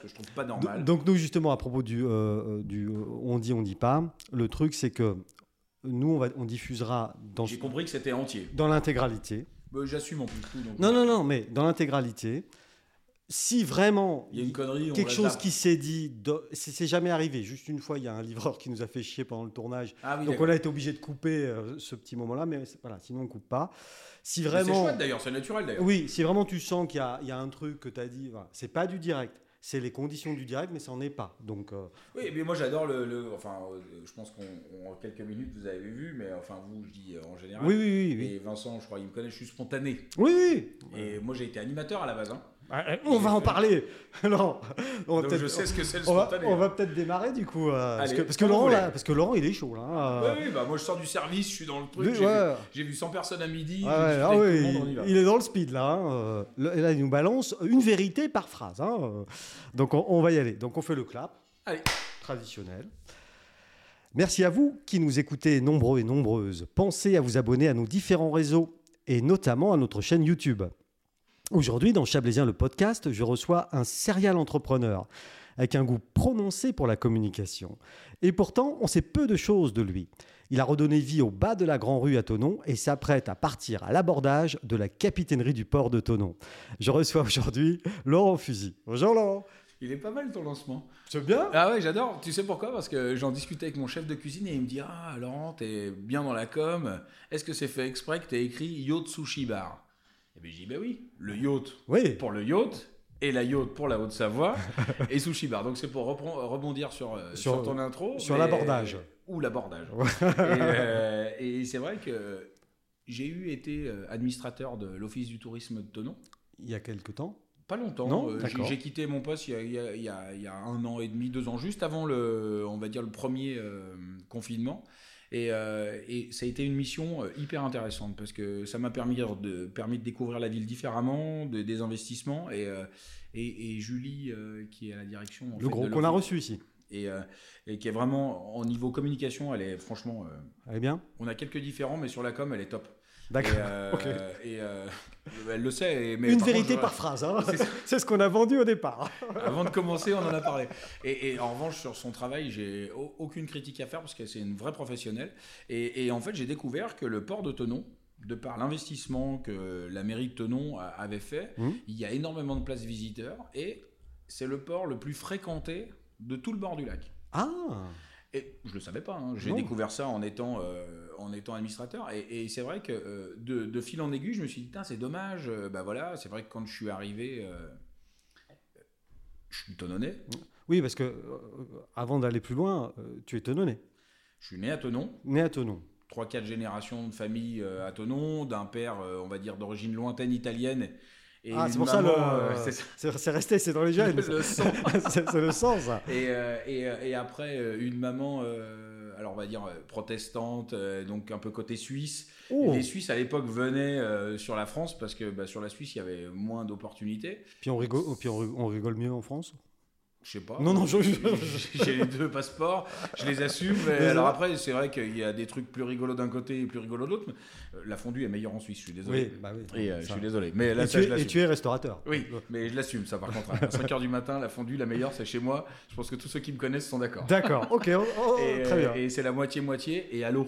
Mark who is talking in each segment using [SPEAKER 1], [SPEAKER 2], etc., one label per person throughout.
[SPEAKER 1] que je trouve pas normal.
[SPEAKER 2] Donc nous justement à propos du, euh, du euh, on dit on dit pas, le truc c'est que nous on, va, on diffusera dans,
[SPEAKER 1] J'ai compris que c'était entier.
[SPEAKER 2] dans l'intégralité.
[SPEAKER 1] Bah, J'assume en plus. tout, donc,
[SPEAKER 2] Non non non, mais dans l'intégralité, si vraiment
[SPEAKER 1] Il y a une connerie. on
[SPEAKER 2] quelque
[SPEAKER 1] la
[SPEAKER 2] chose
[SPEAKER 1] tape.
[SPEAKER 2] qui s'est dit, do- c'est c'est jamais arrivé. Juste une fois, il y a un livreur qui nous a fait chier pendant le tournage,
[SPEAKER 1] Ah oui,
[SPEAKER 2] donc
[SPEAKER 1] d'accord.
[SPEAKER 2] on a été obligé de couper euh, ce petit moment-là, mais c'est- voilà, sinon on coupe pas. Si
[SPEAKER 1] Mais C'est
[SPEAKER 2] vraiment,
[SPEAKER 1] chouette d'ailleurs, c'est naturel d'ailleurs.
[SPEAKER 2] oui, si vraiment tu sens qu'il y a, il y a un truc que tu as dit, voilà, c'est pas du direct. C'est les conditions du direct, mais ça n'en est pas. Donc, euh,
[SPEAKER 1] Oui, mais moi j'adore le, le- Enfin, euh, je pense qu'en quelques minutes vous avez vu, mais enfin vous, je dis euh, en général.
[SPEAKER 2] oui, oui, oui, oui.
[SPEAKER 1] Et Vincent, je crois, il me connaît, je suis spontané.
[SPEAKER 2] Oui, oui.
[SPEAKER 1] Et moi j'ai été animateur à la base. hein.
[SPEAKER 2] On va en parler. Laurent, on va
[SPEAKER 1] Donc je
[SPEAKER 2] peut-être
[SPEAKER 1] sais ce que c'est le
[SPEAKER 2] on va-
[SPEAKER 1] spontané. hein.
[SPEAKER 2] on va peut-être démarrer du coup. euh, parce,
[SPEAKER 1] Allez,
[SPEAKER 2] que, parce, que
[SPEAKER 1] comme vous
[SPEAKER 2] Laurent,
[SPEAKER 1] voulez.
[SPEAKER 2] là, parce que Laurent, il est chaud. Là,
[SPEAKER 1] Oui,
[SPEAKER 2] euh,
[SPEAKER 1] oui, bah moi je sors du service, je suis dans le truc.
[SPEAKER 2] lui,
[SPEAKER 1] j'ai vu-
[SPEAKER 2] ouais.
[SPEAKER 1] J'ai vu 100 personnes à midi. j'ai
[SPEAKER 2] Ouais, ouais,
[SPEAKER 1] discuté
[SPEAKER 2] ah
[SPEAKER 1] avec
[SPEAKER 2] oui,
[SPEAKER 1] tout le monde, on y va.
[SPEAKER 2] il est dans le speed là. hein, euh, le- et là, il nous balance une vérité par phrase. hein, euh. Donc on, on va y aller. Donc on fait le clap.
[SPEAKER 1] Allez.
[SPEAKER 2] Traditionnel. Merci à vous qui nous écoutez nombreux et nombreuses. Pensez à vous abonner à nos différents réseaux et notamment à notre chaîne YouTube. Aujourd'hui, dans Chablaisien le podcast, je reçois un serial entrepreneur avec un goût prononcé pour la communication. Et pourtant, on sait peu de choses de lui. Il a redonné vie au bas de la Grand Rue à Tonon et s'apprête à partir à l'abordage de la capitainerie du port de Tonon. Je reçois aujourd'hui Laurent Fusil. Bonjour Laurent.
[SPEAKER 1] Il est pas mal ton lancement.
[SPEAKER 2] C'est bien
[SPEAKER 1] Ah ouais, j'adore. Tu sais pourquoi Parce que j'en discutais avec mon chef de cuisine et il me dit Ah, Laurent, t'es bien dans la com. Est-ce que c'est fait exprès que t'aies écrit Yacht Sushi Bar Et bien, je dis Ben oui, le yacht
[SPEAKER 2] Oui.
[SPEAKER 1] pour le yacht et la yacht pour la Haute-Savoie et Sushi Bar. Donc, c'est pour repren- rebondir sur, euh,
[SPEAKER 2] Sur-
[SPEAKER 1] sur, ton intro.
[SPEAKER 2] sur
[SPEAKER 1] mais-
[SPEAKER 2] l'abordage.
[SPEAKER 1] Ou l'abordage. et euh, et c'est vrai que j'ai eu été euh, administrateur de l'Office du tourisme de Tonon.
[SPEAKER 2] Il y a quelque temps
[SPEAKER 1] Pas longtemps.
[SPEAKER 2] Non,
[SPEAKER 1] Euh,
[SPEAKER 2] d'accord.
[SPEAKER 1] j'ai- J'ai quitté mon poste il y, a, il y a- il y a- il y a un an et demi, deux ans, juste avant le, on va dire le premier euh, confinement. Et, euh, et ça a été une mission euh, hyper intéressante parce que ça m'a permis de, permis de découvrir la ville différemment, de- des investissements. Et, euh, et, et Julie, euh, qui est à la direction. en
[SPEAKER 2] Le
[SPEAKER 1] fait,
[SPEAKER 2] gros
[SPEAKER 1] de
[SPEAKER 2] qu'on a
[SPEAKER 1] l'office,
[SPEAKER 2] reçu ici.
[SPEAKER 1] Et, euh, et qui est vraiment, en niveau communication, elle est franchement. euh,
[SPEAKER 2] Allez bien
[SPEAKER 1] on a quelques différents, mais sur la com, elle est top. Et,
[SPEAKER 2] D'accord.
[SPEAKER 1] euh,
[SPEAKER 2] Ok.
[SPEAKER 1] et, euh, elle le sait. et- Mais
[SPEAKER 2] Une
[SPEAKER 1] par contre,
[SPEAKER 2] vérité
[SPEAKER 1] je-
[SPEAKER 2] par phrase. hein.
[SPEAKER 1] C'est ça.
[SPEAKER 2] C'est ce qu'on a vendu au départ.
[SPEAKER 1] Avant de commencer, on en a parlé. Et, et en revanche, sur son travail, j'ai au- aucune critique à faire parce que c'est une vraie professionnelle. Et, et en fait, j'ai découvert que le port de Tenon, de par l'investissement que la mairie de Tenon a- avait fait,
[SPEAKER 2] Mhm.
[SPEAKER 1] il y a énormément de places visiteurs et c'est le port le plus fréquenté de tout le bord du lac.
[SPEAKER 2] Ah
[SPEAKER 1] Et je le savais pas. hein. J'ai
[SPEAKER 2] Non.
[SPEAKER 1] découvert ça en étant, euh, en étant administrateur. Et, et c'est vrai que euh, de, de fil en aiguille, je me suis dit, Tain, c'est dommage. euh, bah voilà, c'est vrai que quand je suis arrivé, euh, je suis tonnonné.
[SPEAKER 2] Oui, parce que euh, avant d'aller plus loin, euh, tu es tenonné.
[SPEAKER 1] Je suis né à Tenon,
[SPEAKER 2] Né à Tonon.
[SPEAKER 1] 3-4 générations de famille euh, à Tenon, d'un père, euh, on va dire, d'origine lointaine italienne. Et
[SPEAKER 2] Ah, c'est
[SPEAKER 1] une
[SPEAKER 2] pour ça le.
[SPEAKER 1] maman, euh, c'est ça,
[SPEAKER 2] C'est c'est resté, c'est dans les gènes.
[SPEAKER 1] le sang.
[SPEAKER 2] c'est c'est le sens, ça.
[SPEAKER 1] Et, euh, et, euh, et après, euh, une maman, euh, alors on va dire euh, protestante, euh, donc un peu côté suisse. Et
[SPEAKER 2] Oh.
[SPEAKER 1] les Suisses à l'époque venaient euh, sur la France parce que bah, sur la Suisse, il y avait moins d'opportunités.
[SPEAKER 2] Puis, on rigole, oh, puis on, ri- on rigole mieux en France.
[SPEAKER 1] Je sais pas.
[SPEAKER 2] Non, non, je-
[SPEAKER 1] j'ai les deux passeports, je les assume. mais
[SPEAKER 2] Mais
[SPEAKER 1] alors
[SPEAKER 2] ça-
[SPEAKER 1] après, c'est vrai qu'il y a des trucs plus rigolos d'un côté et plus rigolos de l'autre. mais, euh, La fondue est meilleure en Suisse, je suis désolé.
[SPEAKER 2] Oui, bah oui.
[SPEAKER 1] Et euh, je
[SPEAKER 2] ça.
[SPEAKER 1] suis désolé. Mais là,
[SPEAKER 2] et,
[SPEAKER 1] ça,
[SPEAKER 2] tu
[SPEAKER 1] je
[SPEAKER 2] es, et
[SPEAKER 1] l'assume.
[SPEAKER 2] tu es restaurateur.
[SPEAKER 1] Oui, mais je l'assume, ça par contre. À 5h du matin, la fondue, la meilleure, c'est chez moi. Je pense que tous ceux qui me connaissent sont d'accord.
[SPEAKER 2] D'accord, ok, on- on-
[SPEAKER 1] Et, euh,
[SPEAKER 2] très bien.
[SPEAKER 1] et c'est la moitié-moitié. Et à l'eau.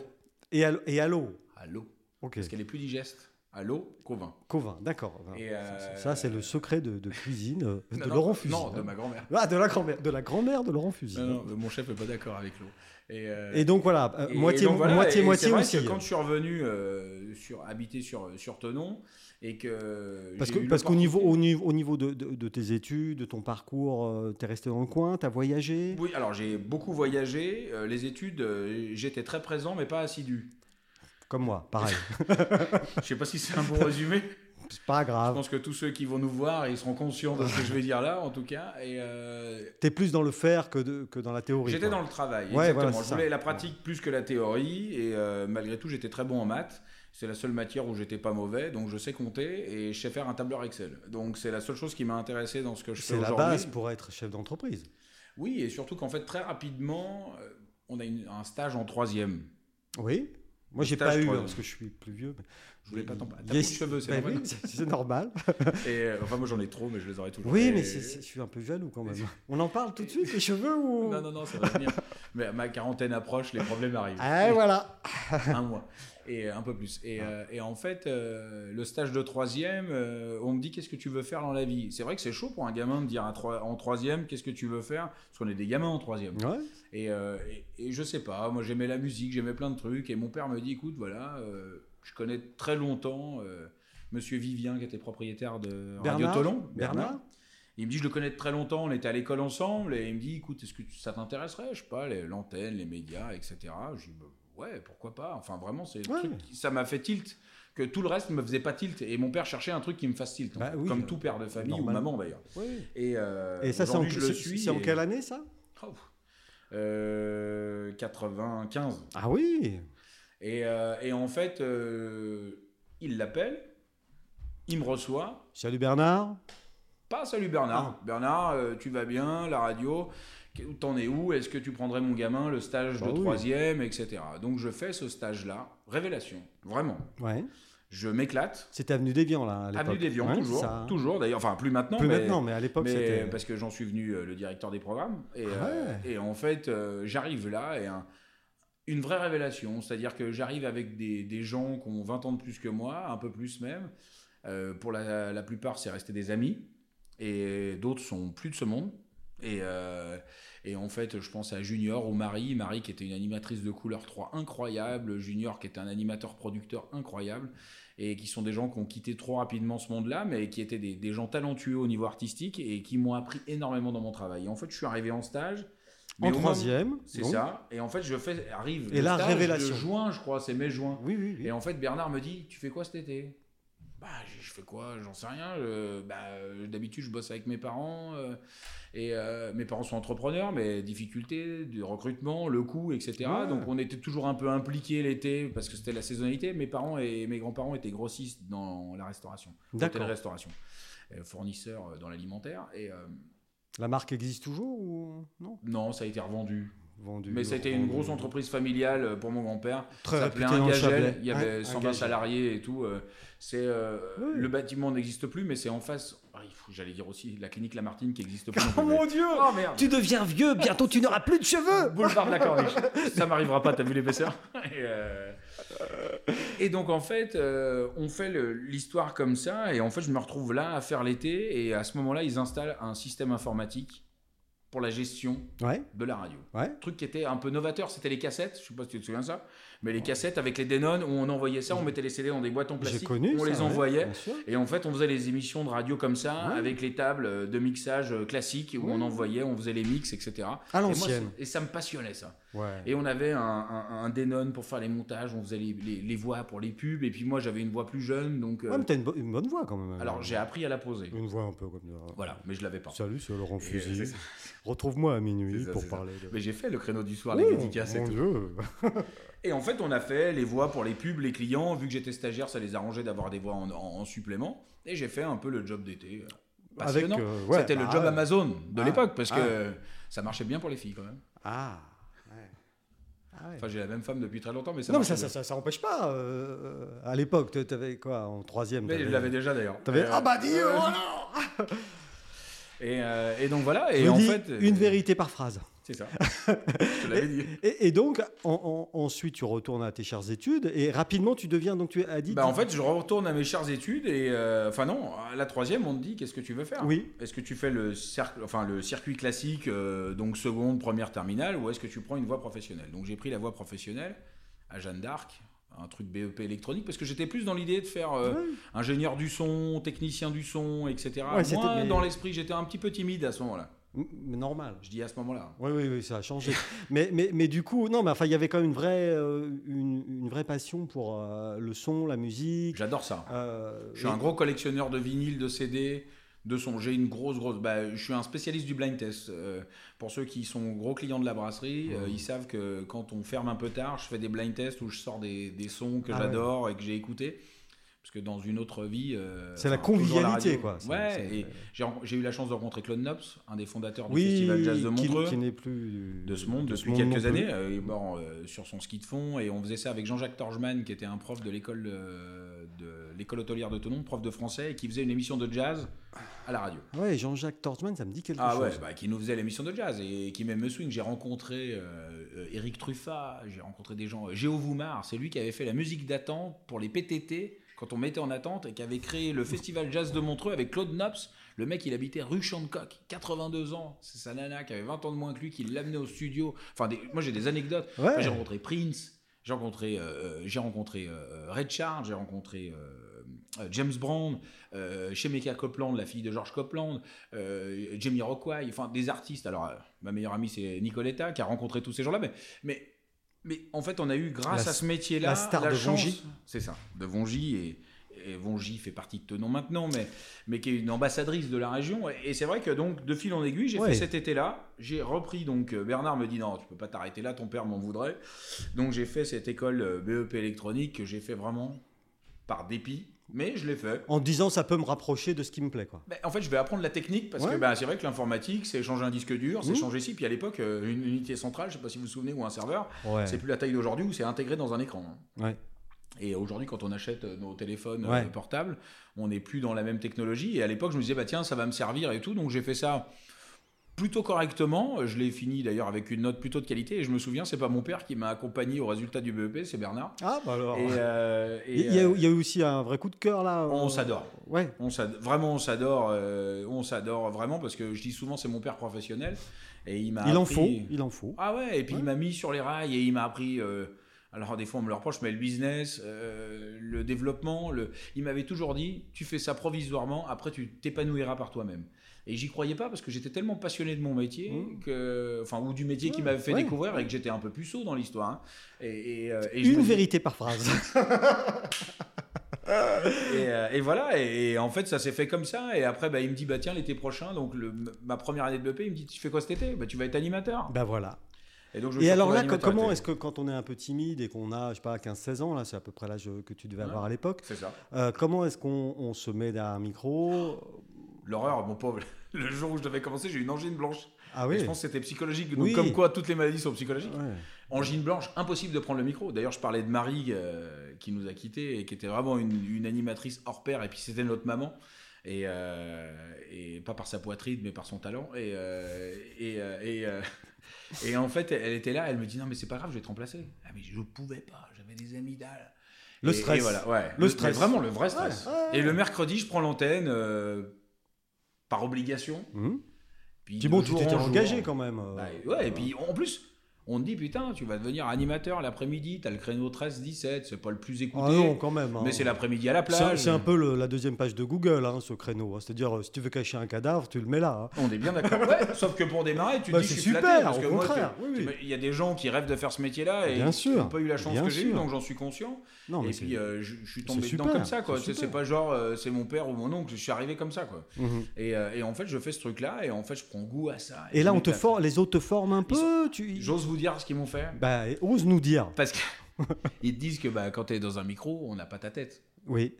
[SPEAKER 2] Et, à l- et à l'eau.
[SPEAKER 1] À l'eau.
[SPEAKER 2] Ok,
[SPEAKER 1] Parce qu'elle est plus digeste. À l'eau qu'au vin.
[SPEAKER 2] Covin, d'accord.
[SPEAKER 1] Et, euh,
[SPEAKER 2] Ça, c'est le secret de, de cuisine euh, de
[SPEAKER 1] Non, non,
[SPEAKER 2] Laurent Fusil.
[SPEAKER 1] Non, de
[SPEAKER 2] hein.
[SPEAKER 1] ma grand-mère.
[SPEAKER 2] Ah, de la grand-mère, de la grand-mère de Laurent Fusil.
[SPEAKER 1] Non, non, mon chef n'est pas d'accord avec l'eau. Et, euh,
[SPEAKER 2] Et donc voilà, euh,
[SPEAKER 1] et- et
[SPEAKER 2] moitié,
[SPEAKER 1] donc voilà,
[SPEAKER 2] moitié,
[SPEAKER 1] et
[SPEAKER 2] moitié
[SPEAKER 1] c'est vrai
[SPEAKER 2] aussi.
[SPEAKER 1] que quand je suis revenu euh, sur, habiter sur, sur Tenon et que.
[SPEAKER 2] Parce
[SPEAKER 1] j'ai
[SPEAKER 2] que
[SPEAKER 1] eu
[SPEAKER 2] parce qu'au niveau au
[SPEAKER 1] l'opportunité-
[SPEAKER 2] niveau au niveau de, de- de tes études, de ton parcours, tu t'es resté dans le coin, t'as voyagé.
[SPEAKER 1] Oui, alors j'ai beaucoup voyagé. euh, les études, euh, j'étais très présent, mais pas assidu.
[SPEAKER 2] Comme moi, pareil.
[SPEAKER 1] Je sais pas si c'est un bon résumé.
[SPEAKER 2] c'est pas
[SPEAKER 1] Je
[SPEAKER 2] grave.
[SPEAKER 1] pense que tous ceux qui vont nous voir, ils seront conscients de ce que je vais dire là, en tout cas. Et euh,
[SPEAKER 2] T'es plus dans le faire que de- que dans la théorie.
[SPEAKER 1] J'étais
[SPEAKER 2] quoi.
[SPEAKER 1] dans le travail,
[SPEAKER 2] Ouais,
[SPEAKER 1] exactement.
[SPEAKER 2] voilà, c'est
[SPEAKER 1] je
[SPEAKER 2] ça.
[SPEAKER 1] voulais la pratique plus que la théorie, et euh, malgré tout, j'étais très bon en maths. C'est la seule matière où j'étais pas mauvais, donc je sais compter et je sais faire un tableur Excel. Donc c'est la seule chose qui m'a intéressé dans ce que je fais
[SPEAKER 2] C'est la
[SPEAKER 1] aujourd'hui.
[SPEAKER 2] base pour être chef d'entreprise.
[SPEAKER 1] Oui, et surtout qu'en fait très rapidement, euh, on a une- un stage en troisième.
[SPEAKER 2] Oui. Moi, j'ai
[SPEAKER 1] Stage
[SPEAKER 2] pas eu hein,
[SPEAKER 1] troisième.
[SPEAKER 2] parce que je suis plus vieux. mais
[SPEAKER 1] Je voulais pas t'en parler. T'as
[SPEAKER 2] Il y a-
[SPEAKER 1] plus de cheveux, c'est
[SPEAKER 2] Bah
[SPEAKER 1] normal.
[SPEAKER 2] oui, c'est c'est normal.
[SPEAKER 1] Et, euh, enfin, moi j'en ai trop, mais je les aurais toujours.
[SPEAKER 2] Oui,
[SPEAKER 1] Et-
[SPEAKER 2] mais c'est- c'est- je suis un peu jaloux quand même. On en parle tout de suite, les cheveux ou
[SPEAKER 1] Non, non, non, ça va venir. mais ma quarantaine approche, les problèmes arrivent.
[SPEAKER 2] Ah voilà.
[SPEAKER 1] un mois et euh, un peu plus. Et, euh, et en fait, euh, le stage de troisième, euh, on me dit qu'est-ce que tu veux faire dans la vie. C'est vrai que c'est chaud pour un gamin de dire à trois- en troisième qu'est-ce que tu veux faire, parce qu'on est des gamins en troisième.
[SPEAKER 2] Ouais.
[SPEAKER 1] Et, euh, et, et je sais pas, moi j'aimais la musique, j'aimais plein de trucs, et mon père me dit écoute, voilà, euh, je connais très longtemps euh, Monsieur Vivien qui était propriétaire de Radio
[SPEAKER 2] Bernard
[SPEAKER 1] Tolon,
[SPEAKER 2] Bernard.
[SPEAKER 1] il me dit, je le connais de très longtemps, on était à l'école ensemble, et il me dit, écoute, est-ce que tu- ça t'intéresserait, je sais pas, les- l'antenne, les médias, etc. Je dis, Bah, ouais, pourquoi pas. Enfin, vraiment, c'est le
[SPEAKER 2] Ouais.
[SPEAKER 1] truc qui- ça m'a fait tilt, que tout le reste ne me faisait pas tilt, et mon père cherchait un truc qui me fasse tilt, en
[SPEAKER 2] Bah
[SPEAKER 1] fait,
[SPEAKER 2] oui,
[SPEAKER 1] comme
[SPEAKER 2] euh,
[SPEAKER 1] tout père de famille, ou
[SPEAKER 2] normalement.
[SPEAKER 1] maman d'ailleurs.
[SPEAKER 2] Oui.
[SPEAKER 1] Et, euh,
[SPEAKER 2] Et ça, c'est en,
[SPEAKER 1] aujourd'hui, je le
[SPEAKER 2] c'est-
[SPEAKER 1] suis.
[SPEAKER 2] c'est en
[SPEAKER 1] et-
[SPEAKER 2] quelle année ça
[SPEAKER 1] Oh, euh, 95.
[SPEAKER 2] Ah oui.
[SPEAKER 1] Et, euh, et en fait, euh, il l'appelle, il me reçoit,
[SPEAKER 2] Salut Bernard.
[SPEAKER 1] Pas salut Bernard. Bernard, euh, tu vas bien, la radio, que- t'en es où Est-ce que tu prendrais mon gamin, le stage
[SPEAKER 2] Ah
[SPEAKER 1] de
[SPEAKER 2] oui.
[SPEAKER 1] troisième, etc. Donc je fais ce stage-là, révélation, vraiment.
[SPEAKER 2] Ouais.
[SPEAKER 1] Je m'éclate.
[SPEAKER 2] C'était avenue Déviant là. À l'époque.
[SPEAKER 1] Avenue Déviant,
[SPEAKER 2] Ouais,
[SPEAKER 1] toujours,
[SPEAKER 2] ça. hein.
[SPEAKER 1] toujours d'ailleurs, enfin plus maintenant,
[SPEAKER 2] Plus
[SPEAKER 1] mais,
[SPEAKER 2] maintenant, mais à l'époque
[SPEAKER 1] mais
[SPEAKER 2] c'était. Ah
[SPEAKER 1] parce que j'en suis venu euh, le directeur des programmes. Et, euh,
[SPEAKER 2] Ouais.
[SPEAKER 1] et en fait, euh, j'arrive là et un- une vraie révélation, c'est-à-dire que j'arrive avec des, des gens qui ont 20 ans de plus que moi, un peu plus même. Euh, pour la, la plupart, c'est resté des amis et d'autres sont plus de ce monde. Et, euh, et en fait, je pense à Junior ou Marie, Marie qui était une animatrice de couleur 3 incroyable, Junior qui était un animateur producteur incroyable, et qui sont des gens qui ont quitté trop rapidement ce monde-là, mais qui étaient des, des gens talentueux au niveau artistique et qui m'ont appris énormément dans mon travail. Et en fait, je suis arrivé en stage. mais
[SPEAKER 2] En
[SPEAKER 1] au moment-
[SPEAKER 2] troisième.
[SPEAKER 1] C'est
[SPEAKER 2] donc.
[SPEAKER 1] ça. Et en fait, je fais arrive.
[SPEAKER 2] Et
[SPEAKER 1] le
[SPEAKER 2] la
[SPEAKER 1] stage
[SPEAKER 2] révélation.
[SPEAKER 1] De juin, je crois, c'est mai-juin.
[SPEAKER 2] Oui, oui, oui.
[SPEAKER 1] Et en fait, Bernard me dit, tu fais quoi cet été Bah, je je fais quoi J'en sais rien. je- bah, euh, d'habitude, je bosse avec mes parents. euh, et euh, mes parents sont entrepreneurs, mais difficultés du recrutement, le coût, etc.
[SPEAKER 2] Ouais.
[SPEAKER 1] Donc, on était toujours un peu impliqués l'été parce que c'était la saisonnalité. Mes parents et mes grands-parents étaient grossistes dans la restauration,
[SPEAKER 2] D'accord.
[SPEAKER 1] restauration, fournisseurs euh, dans l'alimentaire. Et euh,
[SPEAKER 2] La marque existe toujours ou non
[SPEAKER 1] non, ça a été revendu.
[SPEAKER 2] Vendu.
[SPEAKER 1] mais ça a été une grosse
[SPEAKER 2] entreprise.
[SPEAKER 1] entreprise familiale euh, pour mon grand-père.
[SPEAKER 2] Très
[SPEAKER 1] ça
[SPEAKER 2] réputée
[SPEAKER 1] s'appelait
[SPEAKER 2] dans
[SPEAKER 1] un
[SPEAKER 2] le
[SPEAKER 1] gagel,
[SPEAKER 2] Chablais.
[SPEAKER 1] il y avait
[SPEAKER 2] Ouais,
[SPEAKER 1] 120
[SPEAKER 2] Gagel.
[SPEAKER 1] salariés et tout. euh, C'est euh,
[SPEAKER 2] Oui.
[SPEAKER 1] le bâtiment n'existe plus, mais c'est en face. ah, il faut- J'allais dire aussi la clinique Lamartine qui existe plus. non
[SPEAKER 2] Oh
[SPEAKER 1] plus, mais-
[SPEAKER 2] mon dieu
[SPEAKER 1] Oh, merde.
[SPEAKER 2] Tu deviens vieux, bientôt tu n'auras plus de cheveux
[SPEAKER 1] Boulevard de la Corniche. ça m'arrivera pas, t'as vu l'épaisseur et, euh, et donc en fait, euh, on fait le- l'histoire comme ça, et en fait je me retrouve là à faire l'été, et à ce moment-là, ils installent un système informatique pour la gestion
[SPEAKER 2] Ouais,
[SPEAKER 1] de la radio.
[SPEAKER 2] Ouais.
[SPEAKER 1] Truc qui était un peu novateur, c'était les cassettes, je sais pas si tu te souviens de ça, mais les cassettes avec les Denon où on envoyait ça, on mettait les CD dans des boîtes en
[SPEAKER 2] j'ai
[SPEAKER 1] plastique,
[SPEAKER 2] connu.
[SPEAKER 1] on
[SPEAKER 2] ça,
[SPEAKER 1] les
[SPEAKER 2] ouais,
[SPEAKER 1] envoyait.
[SPEAKER 2] bien sûr.
[SPEAKER 1] Et en fait, on faisait les émissions de radio comme ça,
[SPEAKER 2] Ouais.
[SPEAKER 1] avec les tables de mixage euh, classiques où on
[SPEAKER 2] Ouais.
[SPEAKER 1] envoyait, on faisait les mix, etc.
[SPEAKER 2] À
[SPEAKER 1] Et, moi,
[SPEAKER 2] l'ancienne.
[SPEAKER 1] c'est- et ça me passionnait ça.
[SPEAKER 2] Ouais.
[SPEAKER 1] Et on avait un, un, un Denon pour faire les montages, on faisait les, les- les voix pour les pubs, et puis moi j'avais une voix plus jeune, donc. euh,
[SPEAKER 2] Ouais, mais t'as une, bo- une bonne voix quand même.
[SPEAKER 1] alors j'ai appris à la poser.
[SPEAKER 2] Une voix un peu comme ça.
[SPEAKER 1] Voilà, mais je l'avais pas.
[SPEAKER 2] Salut, c'est Laurent
[SPEAKER 1] Et, euh, c'est
[SPEAKER 2] Fusil.
[SPEAKER 1] ça.
[SPEAKER 2] Retrouve-moi à minuit
[SPEAKER 1] C'est ça,
[SPEAKER 2] pour
[SPEAKER 1] c'est ça.
[SPEAKER 2] parler de.
[SPEAKER 1] Mais j'ai fait le créneau du soir,
[SPEAKER 2] Oh,
[SPEAKER 1] les dédicaces et
[SPEAKER 2] mon
[SPEAKER 1] tout.
[SPEAKER 2] Dieu.
[SPEAKER 1] Et en fait, on a fait les voix pour les pubs, les clients. Vu que j'étais stagiaire, ça les arrangeait d'avoir des voix en, en- en supplément. Et j'ai fait un peu le job d'été.
[SPEAKER 2] Avec.
[SPEAKER 1] Passionnant.
[SPEAKER 2] euh, ouais,
[SPEAKER 1] C'était
[SPEAKER 2] bah,
[SPEAKER 1] le job
[SPEAKER 2] ouais.
[SPEAKER 1] Amazon de
[SPEAKER 2] Ah,
[SPEAKER 1] l'époque parce
[SPEAKER 2] ah.
[SPEAKER 1] que ça marchait bien pour les filles quand même.
[SPEAKER 2] Ah. ouais. Ah ouais.
[SPEAKER 1] Enfin, j'ai la même femme depuis très longtemps, mais ça.
[SPEAKER 2] non, mais
[SPEAKER 1] marchait
[SPEAKER 2] ça, ça,
[SPEAKER 1] bien.
[SPEAKER 2] ça, ça empêche pas. euh, à l'époque, t'a- t'avais quoi En troisième
[SPEAKER 1] Mais je
[SPEAKER 2] t'avais-
[SPEAKER 1] l'avais déjà d'ailleurs.
[SPEAKER 2] t'avais-
[SPEAKER 1] Euh,
[SPEAKER 2] Ah bah dis
[SPEAKER 1] euh,
[SPEAKER 2] oh non
[SPEAKER 1] et, euh, et donc voilà.
[SPEAKER 2] Je
[SPEAKER 1] Et en
[SPEAKER 2] dis
[SPEAKER 1] fait, euh,
[SPEAKER 2] Une vérité par phrase.
[SPEAKER 1] C'est ça. je te l'avais dit.
[SPEAKER 2] Et, et donc, en- en- ensuite, tu retournes à tes chères études et rapidement, tu deviens. Donc, tu as dit.
[SPEAKER 1] Bah, en fait, je retourne à mes chères études et euh, enfin non, à la troisième, on te dit qu'est-ce que tu veux faire.
[SPEAKER 2] Oui.
[SPEAKER 1] Est-ce que tu fais le, cer- enfin, le circuit classique, euh, donc seconde, première terminale, ou est-ce que tu prends une voie professionnelle Donc j'ai pris la voie professionnelle à Jeanne d'Arc, un truc BEP électronique, parce que j'étais plus dans l'idée de faire euh,
[SPEAKER 2] Ouais.
[SPEAKER 1] ingénieur du son, technicien du son, etc.
[SPEAKER 2] Ouais, c'était-
[SPEAKER 1] Moi,
[SPEAKER 2] mais-
[SPEAKER 1] dans l'esprit, j'étais un petit peu timide à ce moment-là.
[SPEAKER 2] M- Mais normal.
[SPEAKER 1] Je dis à ce moment-là.
[SPEAKER 2] Oui, oui, oui, ça a changé. mais, mais, mais du coup, non, mais enfin, il y avait quand même une vraie, euh, une, une vraie passion pour euh, le son, la musique.
[SPEAKER 1] J'adore ça.
[SPEAKER 2] euh,
[SPEAKER 1] Je suis un
[SPEAKER 2] et-
[SPEAKER 1] gros collectionneur de vinyles, de CD, de son. J'ai une grosse, grosse. Bah, je suis un spécialiste du blind test. Euh, pour ceux qui sont gros clients de la brasserie, euh,
[SPEAKER 2] Mhm.
[SPEAKER 1] ils savent que quand on ferme un peu tard, je fais des blind tests où je sors des, des sons que
[SPEAKER 2] Ah ouais.
[SPEAKER 1] j'adore et que j'ai écoutés. Parce que dans une autre vie. euh,
[SPEAKER 2] C'est la
[SPEAKER 1] enfin, toujours la
[SPEAKER 2] convivialité,
[SPEAKER 1] radio.
[SPEAKER 2] quoi. C'est-
[SPEAKER 1] Ouais,
[SPEAKER 2] c'est-
[SPEAKER 1] et j'ai ren- j'ai eu la chance de rencontrer Claude Nobs, un des fondateurs du
[SPEAKER 2] oui,
[SPEAKER 1] Festival Jazz de
[SPEAKER 2] qui,
[SPEAKER 1] Montreux.
[SPEAKER 2] qui n'est plus
[SPEAKER 1] de ce monde
[SPEAKER 2] de ce
[SPEAKER 1] depuis
[SPEAKER 2] monde non
[SPEAKER 1] quelques
[SPEAKER 2] plus.
[SPEAKER 1] années. Euh, il est mort euh, sur son ski de fond et on faisait ça avec Jean-Jacques Torgeman qui était un prof de l'école euh, de, l'école hôtelière de Tonon, prof de français, et qui faisait une émission de jazz à la radio.
[SPEAKER 2] Ouais, Jean-Jacques Tortman, ça me dit quelque
[SPEAKER 1] Ah
[SPEAKER 2] chose.
[SPEAKER 1] ouais, bah, qui nous faisait l'émission de jazz et qui m'aimait me swing. J'ai rencontré euh, Eric Truffat, j'ai rencontré des gens. euh, Géo Voumar, c'est lui qui avait fait la musique d'attente pour les PTT quand on mettait en attente et qui avait créé le festival jazz de Montreux avec Claude Knops. Le mec, il habitait rue Chantecoq, 82 ans. C'est sa nana qui avait 20 ans de moins que lui qui l'amenait au studio. Enfin, des- moi j'ai des anecdotes.
[SPEAKER 2] Ouais.
[SPEAKER 1] Enfin, J'ai rencontré Prince, j'ai rencontré, euh, j'ai rencontré euh, Ray Charles, j'ai rencontré euh, euh, James Brown, euh, Shemeka Copeland, la fille de George Copeland, euh, Jamie Rockway, enfin des artistes. Alors, euh, ma meilleure amie c'est Nicoletta qui a rencontré tous ces gens-là, mais, mais, mais en fait, on a eu grâce
[SPEAKER 2] La-
[SPEAKER 1] à ce métier-là
[SPEAKER 2] la star de
[SPEAKER 1] chance-
[SPEAKER 2] Vongy.
[SPEAKER 1] C'est ça, de Vongy et. Et Vongy fait partie de Tenon maintenant, mais, mais qui est une ambassadrice de la région. Et, et c'est vrai que donc, de fil en aiguille, j'ai
[SPEAKER 2] Ouais.
[SPEAKER 1] fait cet été-là. J'ai repris, donc euh, Bernard me dit non, tu peux pas t'arrêter là, ton père m'en voudrait. Donc j'ai fait cette école euh, BEP électronique que j'ai fait vraiment par dépit, mais je l'ai fait.
[SPEAKER 2] En disant, ça peut me rapprocher de ce qui me plaît, quoi.
[SPEAKER 1] Ben, en fait, je vais apprendre la technique parce
[SPEAKER 2] Ouais.
[SPEAKER 1] que ben, c'est vrai que l'informatique, c'est changer un disque dur, c'est
[SPEAKER 2] Mhm.
[SPEAKER 1] changer ci. Puis à l'époque, euh, une unité centrale, je sais pas si vous vous souvenez, ou un serveur,
[SPEAKER 2] Ouais.
[SPEAKER 1] c'est plus la taille d'aujourd'hui où c'est intégré dans un écran. hein.
[SPEAKER 2] Ouais.
[SPEAKER 1] Et aujourd'hui, quand on achète euh, nos téléphones euh,
[SPEAKER 2] Ouais.
[SPEAKER 1] portables, on n'est plus dans la même technologie. Et à l'époque, je me disais, bah tiens, ça va me servir et tout. Donc j'ai fait ça plutôt correctement. Je l'ai fini d'ailleurs avec une note plutôt de qualité. Et je me souviens, c'est pas mon père qui m'a accompagné au résultat du BEP, c'est Bernard.
[SPEAKER 2] Ah, bah alors.
[SPEAKER 1] Et, euh, et,
[SPEAKER 2] Il y, a-
[SPEAKER 1] euh,
[SPEAKER 2] il y a eu aussi un vrai coup de cœur, là.
[SPEAKER 1] on
[SPEAKER 2] euh,
[SPEAKER 1] s'adore.
[SPEAKER 2] Ouais.
[SPEAKER 1] On s'ad- vraiment, on s'adore. euh, on s'adore vraiment parce que je dis souvent, c'est mon père professionnel. Et il m'a.
[SPEAKER 2] Il en
[SPEAKER 1] appris-
[SPEAKER 2] faut, il en faut.
[SPEAKER 1] Ah ouais, et puis
[SPEAKER 2] Ouais.
[SPEAKER 1] il m'a mis sur les rails et il m'a appris. euh, alors des fois on me le reproche, mais le business, euh, le développement, le... il m'avait toujours dit, tu fais ça provisoirement, après tu t'épanouiras par toi-même. Et j'y croyais pas parce que j'étais tellement passionné de mon métier,
[SPEAKER 2] Mmh.
[SPEAKER 1] que... enfin ou du métier qui
[SPEAKER 2] Ouais,
[SPEAKER 1] m'avait fait
[SPEAKER 2] ouais.
[SPEAKER 1] découvrir et que j'étais un peu puceau dans l'histoire. hein. Et, et, euh, et je
[SPEAKER 2] Une
[SPEAKER 1] me dis-
[SPEAKER 2] vérité par phrase.
[SPEAKER 1] et, euh, et voilà, et, et en fait, ça s'est fait comme ça. Et après, bah, il me dit, bah tiens, l'été prochain, donc le- ma première année de BP, il me dit, tu fais quoi cet été Bah tu vas être animateur.
[SPEAKER 2] ben voilà.
[SPEAKER 1] Et, donc, je me
[SPEAKER 2] Et
[SPEAKER 1] suis
[SPEAKER 2] alors
[SPEAKER 1] retrouvé
[SPEAKER 2] là, co-
[SPEAKER 1] animateur
[SPEAKER 2] comment
[SPEAKER 1] été.
[SPEAKER 2] est-ce que quand on est un peu timide et qu'on a, je sais pas, 15-16 ans, là, c'est à peu près l'âge que tu devais
[SPEAKER 1] Ouais.
[SPEAKER 2] avoir à l'époque,
[SPEAKER 1] C'est ça.
[SPEAKER 2] euh, comment est-ce qu'on on se met derrière un micro
[SPEAKER 1] L'horreur, mon pauvre. Le jour où je devais commencer, j'ai eu une angine blanche.
[SPEAKER 2] Ah
[SPEAKER 1] Et
[SPEAKER 2] oui.
[SPEAKER 1] je pense que c'était psychologique. Donc,
[SPEAKER 2] Oui.
[SPEAKER 1] comme quoi, toutes les maladies sont psychologiques.
[SPEAKER 2] Ouais.
[SPEAKER 1] Angine blanche, impossible de prendre le micro. D'ailleurs, je parlais de Marie euh, qui nous a quittés et qui était vraiment une, une animatrice hors pair. Et puis, c'était notre maman. Et, euh, et pas par sa poitrine, mais par son talent. Et, euh, et, euh, et, euh, et en fait, elle était là. Elle me dit Non, mais c'est pas grave, je vais te remplacer. Ah, mais je pouvais pas. J'avais des amygdales.
[SPEAKER 2] Le
[SPEAKER 1] Et- et
[SPEAKER 2] stress.
[SPEAKER 1] voilà, ouais.
[SPEAKER 2] Le stress.
[SPEAKER 1] mais Vraiment, le vrai stress.
[SPEAKER 2] Ouais, ouais.
[SPEAKER 1] Et le mercredi, je prends l'antenne euh, par obligation.
[SPEAKER 2] Hum.
[SPEAKER 1] Puis de
[SPEAKER 2] Puis bon, tu
[SPEAKER 1] jour
[SPEAKER 2] t'étais
[SPEAKER 1] Mmh. en jour.
[SPEAKER 2] engagé quand même. euh,
[SPEAKER 1] Bah, ouais, et puis en plus, on te dit putain, tu vas devenir animateur l'après-midi, t'as le créneau 13-17, c'est pas le plus écouté,
[SPEAKER 2] Ah non, quand même. hein.
[SPEAKER 1] mais c'est l'après-midi à la
[SPEAKER 2] C'est un-
[SPEAKER 1] plage.
[SPEAKER 2] c'est un peu le- la deuxième page de Google, hein, ce créneau. hein. C'est-à-dire, euh, si tu veux cacher un cadavre, tu le mets là. hein.
[SPEAKER 1] On est bien d'accord. Ouais, sauf que pour démarrer, tu te
[SPEAKER 2] Bah,
[SPEAKER 1] dis
[SPEAKER 2] c'est
[SPEAKER 1] je suis flatté,
[SPEAKER 2] super,
[SPEAKER 1] parce
[SPEAKER 2] au
[SPEAKER 1] que moi,
[SPEAKER 2] contraire,
[SPEAKER 1] tu-
[SPEAKER 2] oui, oui.
[SPEAKER 1] tu- il y a des gens qui rêvent de faire ce métier-là et
[SPEAKER 2] Bien
[SPEAKER 1] qui
[SPEAKER 2] sûr,
[SPEAKER 1] n'ont pas eu la chance
[SPEAKER 2] bien
[SPEAKER 1] que j'ai eue,
[SPEAKER 2] sûr.
[SPEAKER 1] donc j'en suis conscient.
[SPEAKER 2] Non, mais
[SPEAKER 1] et
[SPEAKER 2] c'est-
[SPEAKER 1] puis euh, je, je suis
[SPEAKER 2] c'est
[SPEAKER 1] tombé dedans
[SPEAKER 2] super,
[SPEAKER 1] comme ça, quoi.
[SPEAKER 2] c'est
[SPEAKER 1] C'est c'est
[SPEAKER 2] super.
[SPEAKER 1] pas genre euh, c'est mon père ou mon oncle, je suis arrivé comme ça, quoi.
[SPEAKER 2] Mhm.
[SPEAKER 1] Et, euh, et en fait, je fais ce truc-là et en fait, je prends goût à ça.
[SPEAKER 2] Et
[SPEAKER 1] je
[SPEAKER 2] là, on te
[SPEAKER 1] m'éclate.
[SPEAKER 2] forme, les autres te forment un
[SPEAKER 1] Ils
[SPEAKER 2] peu. Tu...
[SPEAKER 1] J'ose vous dire ce qu'ils m'ont fait.
[SPEAKER 2] Bah, et ose nous dire.
[SPEAKER 1] Parce que ils te disent que bah, quand t'es dans un micro, on n'a pas ta tête.
[SPEAKER 2] Oui,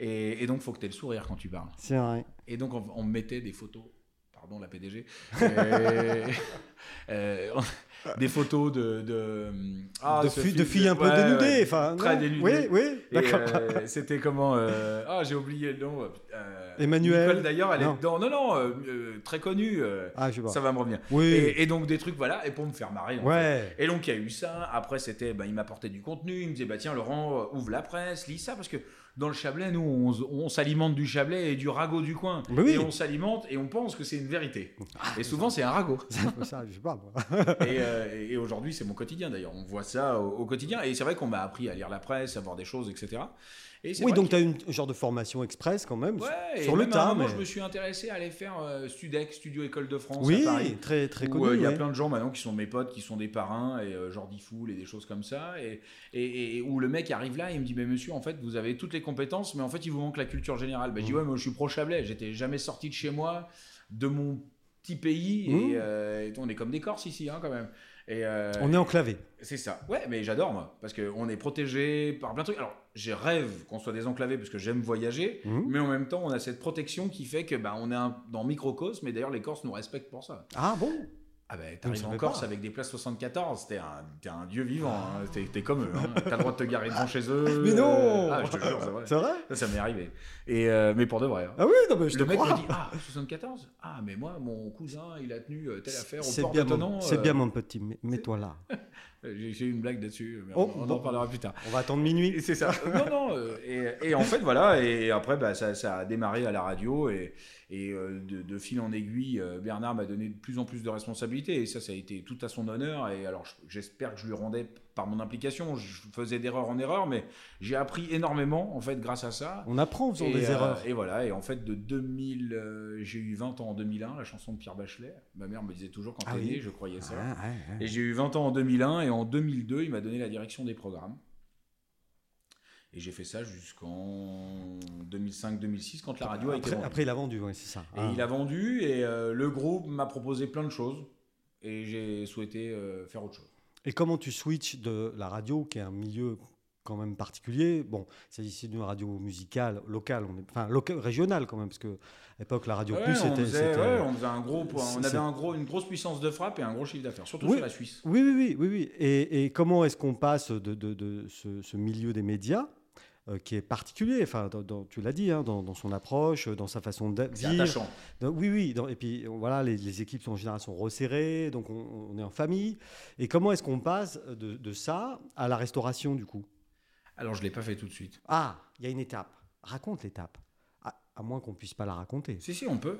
[SPEAKER 1] Et, et donc, faut que t'aies le sourire quand tu parles.
[SPEAKER 2] c'est vrai.
[SPEAKER 1] Et donc, on, on me mettait des photos. Pardon, la PDG. Euh, euh, on- des photos de. De, ah,
[SPEAKER 2] de,
[SPEAKER 1] ce
[SPEAKER 2] fi-
[SPEAKER 1] film
[SPEAKER 2] de filles un peu
[SPEAKER 1] ouais, ouais,
[SPEAKER 2] dénudées. Enfin,
[SPEAKER 1] très
[SPEAKER 2] non,
[SPEAKER 1] dénudées.
[SPEAKER 2] Oui, oui,
[SPEAKER 1] Et,
[SPEAKER 2] d'accord.
[SPEAKER 1] euh, C'était comment euh, Ah, j'ai oublié le nom. euh,
[SPEAKER 2] Emmanuel.
[SPEAKER 1] Nicole, d'ailleurs, elle
[SPEAKER 2] Non.
[SPEAKER 1] est dedans. Non, non, euh, euh, très connue. euh,
[SPEAKER 2] Ah, je sais pas.
[SPEAKER 1] ça va me revenir.
[SPEAKER 2] oui,
[SPEAKER 1] Et, et donc, des trucs, voilà, et pour me faire marrer. en fait.
[SPEAKER 2] ouais.
[SPEAKER 1] Et donc il y a eu ça. Après c'était, bah, il m'apportait du contenu. Il me disait, bah tiens Laurent, euh, ouvre la presse, lis ça parce que dans le Chablais, nous on, s- on s'alimente du Chablais et du ragot du coin.
[SPEAKER 2] Mais oui. Ah,
[SPEAKER 1] Et on s'alimente et on pense que c'est une vérité. et souvent c'est un ragot.
[SPEAKER 2] ça, je sais pas. moi.
[SPEAKER 1] et euh, et- et aujourd'hui c'est mon quotidien d'ailleurs. On voit ça au, au quotidien. Et c'est vrai qu'on m'a appris à lire la presse, à voir des choses, etc. Et c'est
[SPEAKER 2] Oui,
[SPEAKER 1] vrai
[SPEAKER 2] donc
[SPEAKER 1] que-
[SPEAKER 2] tu as une un genre de formation express quand même.
[SPEAKER 1] Ouais, et
[SPEAKER 2] sur le
[SPEAKER 1] même à
[SPEAKER 2] tas,
[SPEAKER 1] un moment,
[SPEAKER 2] mais-
[SPEAKER 1] je me suis intéressé à aller faire euh, Studec, Studio École de France à
[SPEAKER 2] oui,
[SPEAKER 1] Paris
[SPEAKER 2] très très
[SPEAKER 1] où,
[SPEAKER 2] connu.
[SPEAKER 1] euh, Il y a
[SPEAKER 2] ouais.
[SPEAKER 1] plein de gens maintenant qui sont mes potes, qui sont des parrains, et euh, Jordi Foul et des choses comme ça. Et, et- et où le mec arrive là et il me dit Mais monsieur, en fait, vous avez toutes les compétences, mais en fait, il vous manque la culture générale. Ben, Je dis
[SPEAKER 2] Mhm.
[SPEAKER 1] Ouais, mais je suis pro-Chablais, j'étais jamais sorti de chez moi, de mon petit pays,
[SPEAKER 2] Mhm.
[SPEAKER 1] et, euh, et on est comme des Corses ici, hein, quand même. Et, euh,
[SPEAKER 2] On est enclavé.
[SPEAKER 1] c'est ça. Ouais, mais j'adore, moi, parce qu'on est protégé par plein de trucs. Alors, je rêve qu'on soit désenclavé, parce que j'aime voyager.
[SPEAKER 2] Mhm.
[SPEAKER 1] Mais en même temps, on a cette protection qui fait que bah, on est un- dans microcosme, et d'ailleurs les Corses nous respectent pour ça.
[SPEAKER 2] Ah bon
[SPEAKER 1] Ah ben, bah, t'arrives en Corse avec des places 74, t'es un, t'es un dieu vivant, hein. t'es, t'es comme eux, hein. t'as le droit de te garer devant chez eux.
[SPEAKER 2] Ah. Mais non
[SPEAKER 1] Ah, je te jure, c'est vrai.
[SPEAKER 2] C'est vrai
[SPEAKER 1] Ça, ça m'est arrivé. Et, euh, mais pour de vrai. hein.
[SPEAKER 2] Ah oui, non, mais je te
[SPEAKER 1] le mec
[SPEAKER 2] crois.
[SPEAKER 1] me dit Ah, 74 Ah, mais moi, mon cousin, il a tenu euh, telle affaire au
[SPEAKER 2] C'est
[SPEAKER 1] port
[SPEAKER 2] bien,
[SPEAKER 1] d'Otonan,
[SPEAKER 2] mon,
[SPEAKER 1] euh,
[SPEAKER 2] c'est bien mon petit, mets- mets-toi là.
[SPEAKER 1] J'ai j'ai eu une blague là-dessus, mais
[SPEAKER 2] Oh,
[SPEAKER 1] on, on
[SPEAKER 2] bon.
[SPEAKER 1] en parlera plus tard.
[SPEAKER 2] On va attendre
[SPEAKER 1] Et
[SPEAKER 2] minuit.
[SPEAKER 1] c'est ça. non, non. euh, Et, et en fait, voilà. Et après, bah, ça, ça a démarré à la radio. Et, et euh, de, de fil en aiguille, euh, Bernard m'a donné de plus en plus de responsabilités. Et ça, ça a été tout à son honneur. Et alors, je- j'espère que je lui rendais par mon implication. Je faisais d'erreur en erreur, mais j'ai appris énormément, en fait, grâce à ça.
[SPEAKER 2] On apprend en faisant des
[SPEAKER 1] euh,
[SPEAKER 2] erreurs.
[SPEAKER 1] et voilà, et en fait, de 2000, euh, j'ai eu 20 ans en 2001, la chanson de Pierre Bachelet. Ma mère me disait toujours quand
[SPEAKER 2] Ah
[SPEAKER 1] t'es
[SPEAKER 2] oui.
[SPEAKER 1] né, je croyais ça.
[SPEAKER 2] Ah, ouais, ouais.
[SPEAKER 1] Et j'ai eu 20 ans en 2001 et en 2002, il m'a donné la direction des programmes. Et j'ai fait ça jusqu'en 2005-2006 quand la radio a été
[SPEAKER 2] après,
[SPEAKER 1] vendue.
[SPEAKER 2] après, il a vendu, ouais, c'est ça.
[SPEAKER 1] Et
[SPEAKER 2] Ah.
[SPEAKER 1] il a vendu et euh, le groupe m'a proposé plein de choses et j'ai souhaité euh, faire autre chose.
[SPEAKER 2] Et comment tu switches de la radio, qui est un milieu quand même particulier Bon, il s'agissait d'une radio musicale locale, on est, enfin locale, régionale quand même, parce que à l'époque, la radio
[SPEAKER 1] Ah Ouais,
[SPEAKER 2] plus,
[SPEAKER 1] on,
[SPEAKER 2] c'était.
[SPEAKER 1] faisait,
[SPEAKER 2] c'était-
[SPEAKER 1] ouais, on faisait un gros, point. on
[SPEAKER 2] c'est-
[SPEAKER 1] avait un gros, une grosse puissance de frappe et un gros chiffre d'affaires, surtout
[SPEAKER 2] Oui.
[SPEAKER 1] sur la Suisse.
[SPEAKER 2] Oui, oui, oui, oui, oui. Et, et comment est-ce qu'on passe de, de- de ce, ce milieu des médias euh, qui est particulier, enfin, dans- dans- tu l'as dit, hein, dans, dans son approche, euh, dans sa façon de
[SPEAKER 1] C'est
[SPEAKER 2] vivre.
[SPEAKER 1] attachant.
[SPEAKER 2] Dans- oui, oui. dans- et puis euh, voilà, les, les équipes sont, en général sont resserrées, donc on, on est en famille. Et comment est-ce qu'on passe de, de ça à la restauration du coup
[SPEAKER 1] Alors je l'ai pas fait tout de suite.
[SPEAKER 2] Ah, il y a une étape. Raconte l'étape. À, à moins qu'on puisse pas la raconter.
[SPEAKER 1] Si, si, on peut.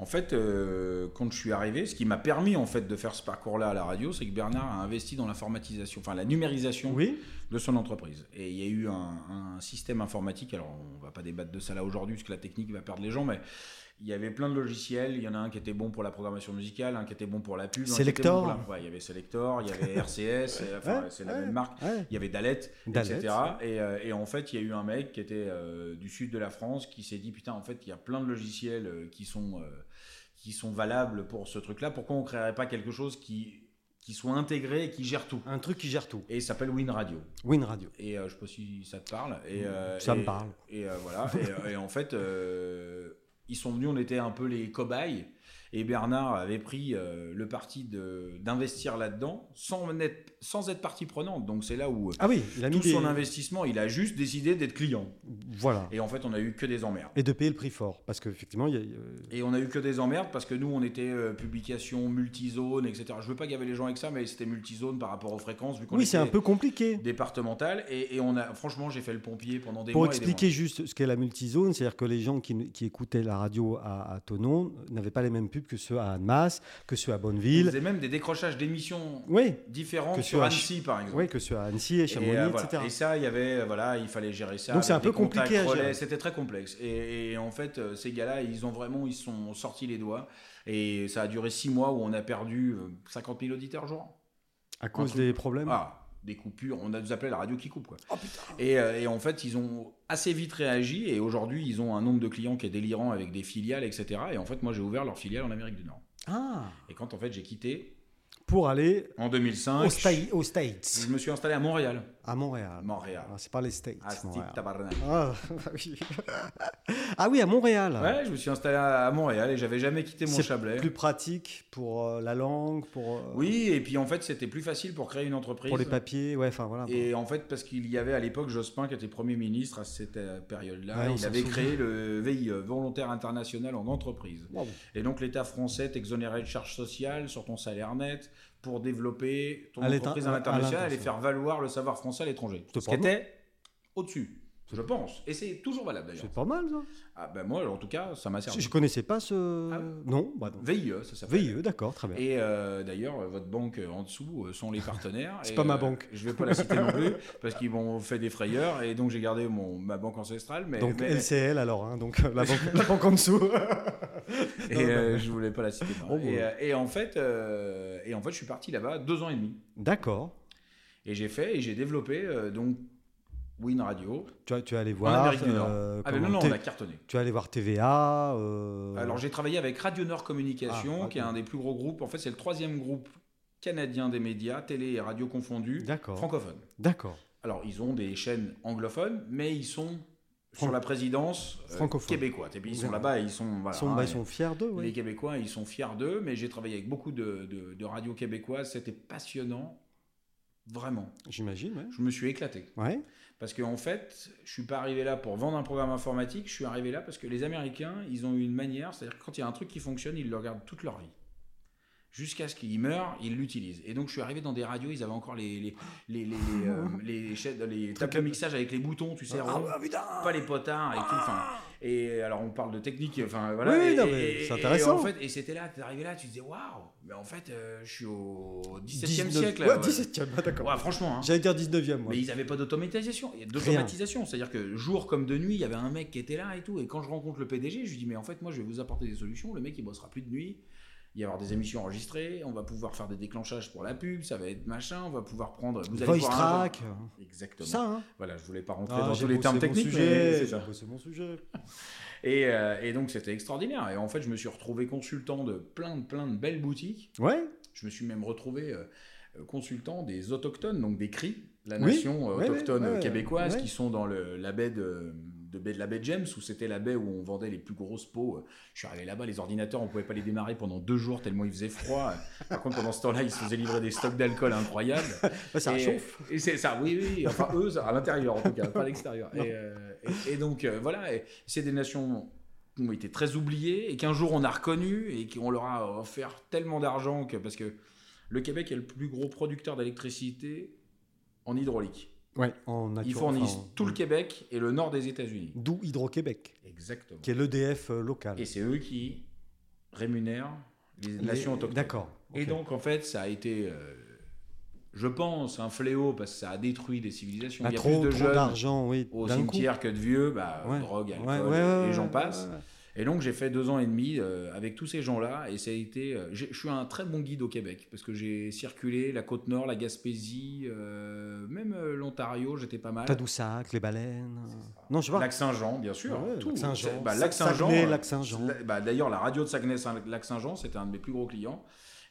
[SPEAKER 1] En fait, euh, quand je suis arrivé, ce qui m'a permis en fait de faire ce parcours-là à la radio, c'est que Bernard a investi dans l'informatisation, enfin la numérisation
[SPEAKER 2] Oui.
[SPEAKER 1] de son entreprise. Et il y a eu un, un système informatique, alors on va pas débattre de ça là aujourd'hui, parce que la technique va perdre les gens, mais il y avait plein de logiciels, il y en a un qui était bon pour la programmation musicale, un qui était bon pour la pub, un qui était
[SPEAKER 2] Selector.
[SPEAKER 1] bon pour la- ouais, il y avait Selector, il y avait RCS, et, enfin,
[SPEAKER 2] Ouais,
[SPEAKER 1] c'est la
[SPEAKER 2] ouais.
[SPEAKER 1] même marque.
[SPEAKER 2] Ouais.
[SPEAKER 1] Il y avait Dalet,
[SPEAKER 2] Dalet.
[SPEAKER 1] etc. Et, euh, et en fait, il y a eu un mec qui était euh, du sud de la France qui s'est dit Putain, en fait, il y a plein de logiciels euh, qui, sont, euh, qui sont valables pour ce truc-là. Pourquoi on ne créerait pas quelque chose qui, qui soit intégré et qui gère tout
[SPEAKER 2] Un truc qui gère tout.
[SPEAKER 1] Et il s'appelle Win Radio.
[SPEAKER 2] Win Radio.
[SPEAKER 1] Et euh, je sais pas si ça te parle. Et, euh,
[SPEAKER 2] Ça me
[SPEAKER 1] et-
[SPEAKER 2] parle.
[SPEAKER 1] Et euh, voilà. et, euh, et en fait, euh, ils sont venus, on était un peu les cobayes. Et Bernard avait pris euh, le parti de- d'investir là-dedans sans être, sans être partie prenante. Donc c'est là où euh,
[SPEAKER 2] Ah oui, il a mis
[SPEAKER 1] tout
[SPEAKER 2] des...
[SPEAKER 1] son investissement, il a juste décidé d'être client.
[SPEAKER 2] Voilà.
[SPEAKER 1] Et en fait, on a eu que des emmerdes.
[SPEAKER 2] Et de payer le prix fort, parce qu'effectivement, il y a... euh,
[SPEAKER 1] Et on a eu que des emmerdes parce que nous, on était euh, publication multizone, etc. Je veux pas gaver les gens avec ça, mais c'était multizone par rapport aux fréquences, vu qu'on
[SPEAKER 2] Oui, c'est un
[SPEAKER 1] était
[SPEAKER 2] peu compliqué.
[SPEAKER 1] départemental. Et, et on a, franchement, j'ai fait le pompier pendant des
[SPEAKER 2] Pour
[SPEAKER 1] mois. et des mois.
[SPEAKER 2] expliquer juste ce qu'est la multizone, c'est-à-dire que les gens qui, ne- qui écoutaient la radio à, à Thonon n'avaient pas les mêmes pubs que ceux à Annemasse, que ceux à
[SPEAKER 1] On
[SPEAKER 2] Bonneville.
[SPEAKER 1] faisait même des décrochages d'émissions
[SPEAKER 2] Oui,
[SPEAKER 1] différentes
[SPEAKER 2] Que
[SPEAKER 1] sur,
[SPEAKER 2] sur
[SPEAKER 1] Annecy, par exemple.
[SPEAKER 2] oui, que ceux à Annecy et Chamonix,
[SPEAKER 1] et, euh, voilà.
[SPEAKER 2] etc.
[SPEAKER 1] Et ça, il y avait, euh, voilà, il fallait gérer ça.
[SPEAKER 2] Donc, c'est
[SPEAKER 1] avec
[SPEAKER 2] un peu
[SPEAKER 1] des contacts,
[SPEAKER 2] compliqué à
[SPEAKER 1] relais.
[SPEAKER 2] gérer.
[SPEAKER 1] C'était très complexe. Et, et en fait, euh, ces gars-là, ils ont vraiment, ils se sont sortis les doigts. Et ça a duré six mois où on a perdu euh, 50 000 auditeurs jour.
[SPEAKER 2] À cause
[SPEAKER 1] truc-
[SPEAKER 2] des problèmes.
[SPEAKER 1] Ah, des coupures. On a nous appelait la radio qui coupe, quoi.
[SPEAKER 2] Oh,
[SPEAKER 1] Et, euh, et en fait, ils ont assez vite réagi. Et aujourd'hui, ils ont un nombre de clients qui est délirant avec des filiales, etc. Et en fait, moi, j'ai ouvert leur filiale en Amérique du Nord.
[SPEAKER 2] Ah.
[SPEAKER 1] Et quand en fait, j'ai quitté
[SPEAKER 2] Pour aller
[SPEAKER 1] en 2005.
[SPEAKER 2] aux, Sta- aux States,
[SPEAKER 1] Je me suis installé à Montréal.
[SPEAKER 2] à Montréal.
[SPEAKER 1] Montréal.
[SPEAKER 2] Ah, c'est pas les States.
[SPEAKER 1] À Steve
[SPEAKER 2] Montréal.
[SPEAKER 1] Tabarnak.
[SPEAKER 2] Ah, oui. Ah oui, à Montréal.
[SPEAKER 1] Ouais, je me suis installé à Montréal et j'avais jamais quitté mon
[SPEAKER 2] C'est
[SPEAKER 1] Chablais.
[SPEAKER 2] Plus pratique pour euh, la langue, pour, euh,
[SPEAKER 1] Oui, et puis en fait, c'était plus facile pour créer une entreprise.
[SPEAKER 2] pour les Ah papiers. Ouais, enfin voilà.
[SPEAKER 1] Et en fait, parce qu'il y avait à l'époque Jospin qui était Premier ministre à cette euh,
[SPEAKER 2] Ouais,
[SPEAKER 1] période-là,
[SPEAKER 2] on
[SPEAKER 1] il
[SPEAKER 2] s'en
[SPEAKER 1] avait
[SPEAKER 2] souvient.
[SPEAKER 1] créé le VIE, Volontaire International en Entreprise.
[SPEAKER 2] Wow.
[SPEAKER 1] Et donc l'État français t'exonérait de charges sociales sur ton salaire net pour développer ton
[SPEAKER 2] À l'éta-
[SPEAKER 1] entreprise
[SPEAKER 2] à-
[SPEAKER 1] à
[SPEAKER 2] à
[SPEAKER 1] l'international et
[SPEAKER 2] l'international.
[SPEAKER 1] faire valoir le savoir français à l'étranger.
[SPEAKER 2] C'est
[SPEAKER 1] Ce
[SPEAKER 2] pas
[SPEAKER 1] qui était au-dessus, je pense. Et c'est toujours valable d'ailleurs.
[SPEAKER 2] C'est pas mal, ça.
[SPEAKER 1] Ah ben moi, en tout cas, ça m'a
[SPEAKER 2] Je,
[SPEAKER 1] servi.
[SPEAKER 2] je connaissais pas ce.
[SPEAKER 1] Ah ouais.
[SPEAKER 2] Non, bah non.
[SPEAKER 1] VIE, ça s'appelle.
[SPEAKER 2] VIE, d'accord, très bien.
[SPEAKER 1] Et euh, d'ailleurs, euh, votre banque euh, en dessous euh, sont les partenaires.
[SPEAKER 2] C'est
[SPEAKER 1] Et,
[SPEAKER 2] pas ma
[SPEAKER 1] euh,
[SPEAKER 2] banque.
[SPEAKER 1] Je vais pas la citer non plus parce qu'ils m'ont fait des frayeurs et donc j'ai gardé mon, ma banque ancestrale. Mais,
[SPEAKER 2] donc
[SPEAKER 1] mais-
[SPEAKER 2] LCL alors, hein, donc euh, la banque, la banque en dessous.
[SPEAKER 1] et,
[SPEAKER 2] non,
[SPEAKER 1] euh, je voulais pas la citer. non.
[SPEAKER 2] Oh, bon.
[SPEAKER 1] et, euh, et en fait, euh, et en fait, je suis parti là-bas deux ans et demi
[SPEAKER 2] d'accord.
[SPEAKER 1] et j'ai fait et j'ai développé euh, donc Win Radio.
[SPEAKER 2] Tu, as- tu es allé voir.
[SPEAKER 1] Amérique du Nord.
[SPEAKER 2] euh,
[SPEAKER 1] Ah ben non,
[SPEAKER 2] comment-
[SPEAKER 1] non, on
[SPEAKER 2] T-
[SPEAKER 1] a cartonné.
[SPEAKER 2] Tu es allé voir TVA. euh,
[SPEAKER 1] Alors j'ai travaillé avec Radio Nord Communication,
[SPEAKER 2] Ah,
[SPEAKER 1] qui est
[SPEAKER 2] Radio.
[SPEAKER 1] un des plus gros groupes. En fait, c'est le troisième groupe canadien des médias, télé et radio confondus,
[SPEAKER 2] D'accord.
[SPEAKER 1] francophone.
[SPEAKER 2] D'accord.
[SPEAKER 1] Alors, ils ont des chaînes anglophones, mais ils sont sur la présidence euh,
[SPEAKER 2] Francophone.
[SPEAKER 1] québécoise. Et puis ils sont
[SPEAKER 2] Ouais.
[SPEAKER 1] là-bas, et ils sont.
[SPEAKER 2] Ils
[SPEAKER 1] voilà,
[SPEAKER 2] sont,
[SPEAKER 1] hein,
[SPEAKER 2] bah,
[SPEAKER 1] et-
[SPEAKER 2] ils sont fiers d'eux. ouais.
[SPEAKER 1] Les Québécois, ils sont fiers d'eux, mais j'ai travaillé avec beaucoup de, de, de radios québécoises. C'était passionnant, vraiment.
[SPEAKER 2] J'imagine. ouais.
[SPEAKER 1] Je me suis éclaté.
[SPEAKER 2] Ouais.
[SPEAKER 1] Parce qu'en en fait, je suis pas arrivé là pour vendre un programme informatique, je suis arrivé là parce que les Américains, ils ont une manière, c'est-à-dire que quand il y a un truc qui fonctionne, ils le regardent toute leur vie. Jusqu'à ce qu'ils meurent, ils l'utilisent. Et donc je suis arrivé dans des radios, ils avaient encore les, les, les, les, les, euh, les chaînes- les tables de mixage avec les boutons, tu sais,
[SPEAKER 2] Ah,
[SPEAKER 1] ronds,
[SPEAKER 2] bah, putain
[SPEAKER 1] pas les potards et tout. Enfin, et alors on parle de technique, enfin voilà.
[SPEAKER 2] Oui,
[SPEAKER 1] et,
[SPEAKER 2] non, mais
[SPEAKER 1] et-
[SPEAKER 2] c'est
[SPEAKER 1] et-
[SPEAKER 2] intéressant.
[SPEAKER 1] Et, en fait, et c'était là, t'es arrivé là, tu te disais, waouh, mais en fait, euh, je suis au 17e
[SPEAKER 2] 19e
[SPEAKER 1] siècle.
[SPEAKER 2] Ouais,
[SPEAKER 1] ouais.
[SPEAKER 2] 17e, ah, d'accord.
[SPEAKER 1] Ouais, franchement, hein.
[SPEAKER 2] J'allais dire 19e, moi.
[SPEAKER 1] Mais ils n'avaient pas d'automatisation, d'automatisation. C'est-à-dire que jour comme de nuit, il y avait un mec qui était là et tout. Et quand je rencontre le PDG, je lui dis mais en fait moi je vais vous apporter des solutions. Le mec il bossera plus de nuit. Il va y avoir des émissions enregistrées. On va pouvoir faire des déclenchages pour la pub. Ça va être machin. On va pouvoir prendre. Vous allez
[SPEAKER 2] Voice
[SPEAKER 1] voir un
[SPEAKER 2] track.
[SPEAKER 1] jour- Exactement.
[SPEAKER 2] Ça, hein.
[SPEAKER 1] Voilà, je voulais pas rentrer
[SPEAKER 2] Ah,
[SPEAKER 1] dans
[SPEAKER 2] j'ai
[SPEAKER 1] tous les
[SPEAKER 2] bossé
[SPEAKER 1] termes
[SPEAKER 2] mon
[SPEAKER 1] techniques. mais
[SPEAKER 2] sujet,
[SPEAKER 1] c'est
[SPEAKER 2] j'ai
[SPEAKER 1] ça.
[SPEAKER 2] bossé mon sujet.
[SPEAKER 1] Et, euh, et donc c'était extraordinaire. Et en fait je me suis retrouvé consultant de plein de plein de belles boutiques.
[SPEAKER 2] Ouais,
[SPEAKER 1] Je me suis même retrouvé euh, euh, consultant des autochtones, donc des CRI, la
[SPEAKER 2] Oui,
[SPEAKER 1] nation euh,
[SPEAKER 2] ouais,
[SPEAKER 1] autochtone
[SPEAKER 2] ouais, ouais,
[SPEAKER 1] québécoise,
[SPEAKER 2] ouais.
[SPEAKER 1] qui sont dans le- la baie de, de baie de la baie de James, où c'était la baie où on vendait les plus grosses peaux. Je suis arrivé là-bas, les ordinateurs, on pouvait pas les démarrer pendant deux jours tellement il faisait froid. Par contre, pendant ce temps-là, ils se faisaient livrer des stocks d'alcool incroyables.
[SPEAKER 2] Bah, ça
[SPEAKER 1] Et-
[SPEAKER 2] chauffe.
[SPEAKER 1] Et c'est ça, oui, oui, oui. Enfin, eux, ça- à l'intérieur, en tout cas, pas à l'extérieur. Et, euh, et- et donc, euh, voilà, et c'est des nations qui ont été très oubliées et qu'un jour on a reconnues et qu'on leur a offert tellement d'argent que. Parce que le Québec est le plus gros producteur d'électricité en hydraulique.
[SPEAKER 2] Ouais, en nature,
[SPEAKER 1] Ils fournissent
[SPEAKER 2] Ah, enfin, mm.
[SPEAKER 1] tout le Québec et le nord des États-Unis.
[SPEAKER 2] D'où Hydro-Québec,
[SPEAKER 1] Exactement.
[SPEAKER 2] qui est l'EDF local.
[SPEAKER 1] Et c'est eux qui rémunèrent les nations autochtones.
[SPEAKER 2] D'accord.
[SPEAKER 1] Et
[SPEAKER 2] ok.
[SPEAKER 1] donc, en fait, ça a été, euh, je pense, un fléau parce que ça a détruit des civilisations.
[SPEAKER 2] Bah,
[SPEAKER 1] Il y a
[SPEAKER 2] trop,
[SPEAKER 1] plus de
[SPEAKER 2] trop
[SPEAKER 1] jeunes
[SPEAKER 2] d'argent, oui.
[SPEAKER 1] au
[SPEAKER 2] d'un coup.
[SPEAKER 1] cimetière que de vieux, bah,
[SPEAKER 2] Ouais.
[SPEAKER 1] drogue,
[SPEAKER 2] Ouais,
[SPEAKER 1] alcool,
[SPEAKER 2] ouais, ouais,
[SPEAKER 1] et
[SPEAKER 2] ouais,
[SPEAKER 1] j'en
[SPEAKER 2] ouais,
[SPEAKER 1] passe.
[SPEAKER 2] ouais.
[SPEAKER 1] Et donc, j'ai fait deux ans et demi euh, avec tous ces gens-là et ça a été. euh, j'ai- je suis un très bon guide au Québec parce que j'ai circulé la côte nord, la Gaspésie, euh, même euh, l'Ontario, j'étais pas mal.
[SPEAKER 2] Tadoussac, les baleines. Non, je vois.
[SPEAKER 1] Lac Saint-Jean, bien sûr.
[SPEAKER 2] Ah ouais,
[SPEAKER 1] tout.
[SPEAKER 2] Lac Saint-Jean,
[SPEAKER 1] C'est- bah, Lac
[SPEAKER 2] Saguenay,
[SPEAKER 1] Saint-Jean. euh,
[SPEAKER 2] Lac Saint-Jean.
[SPEAKER 1] la- bah, D'ailleurs, la radio de Saguenay-Lac Saint-Jean, c'était un de mes plus gros clients.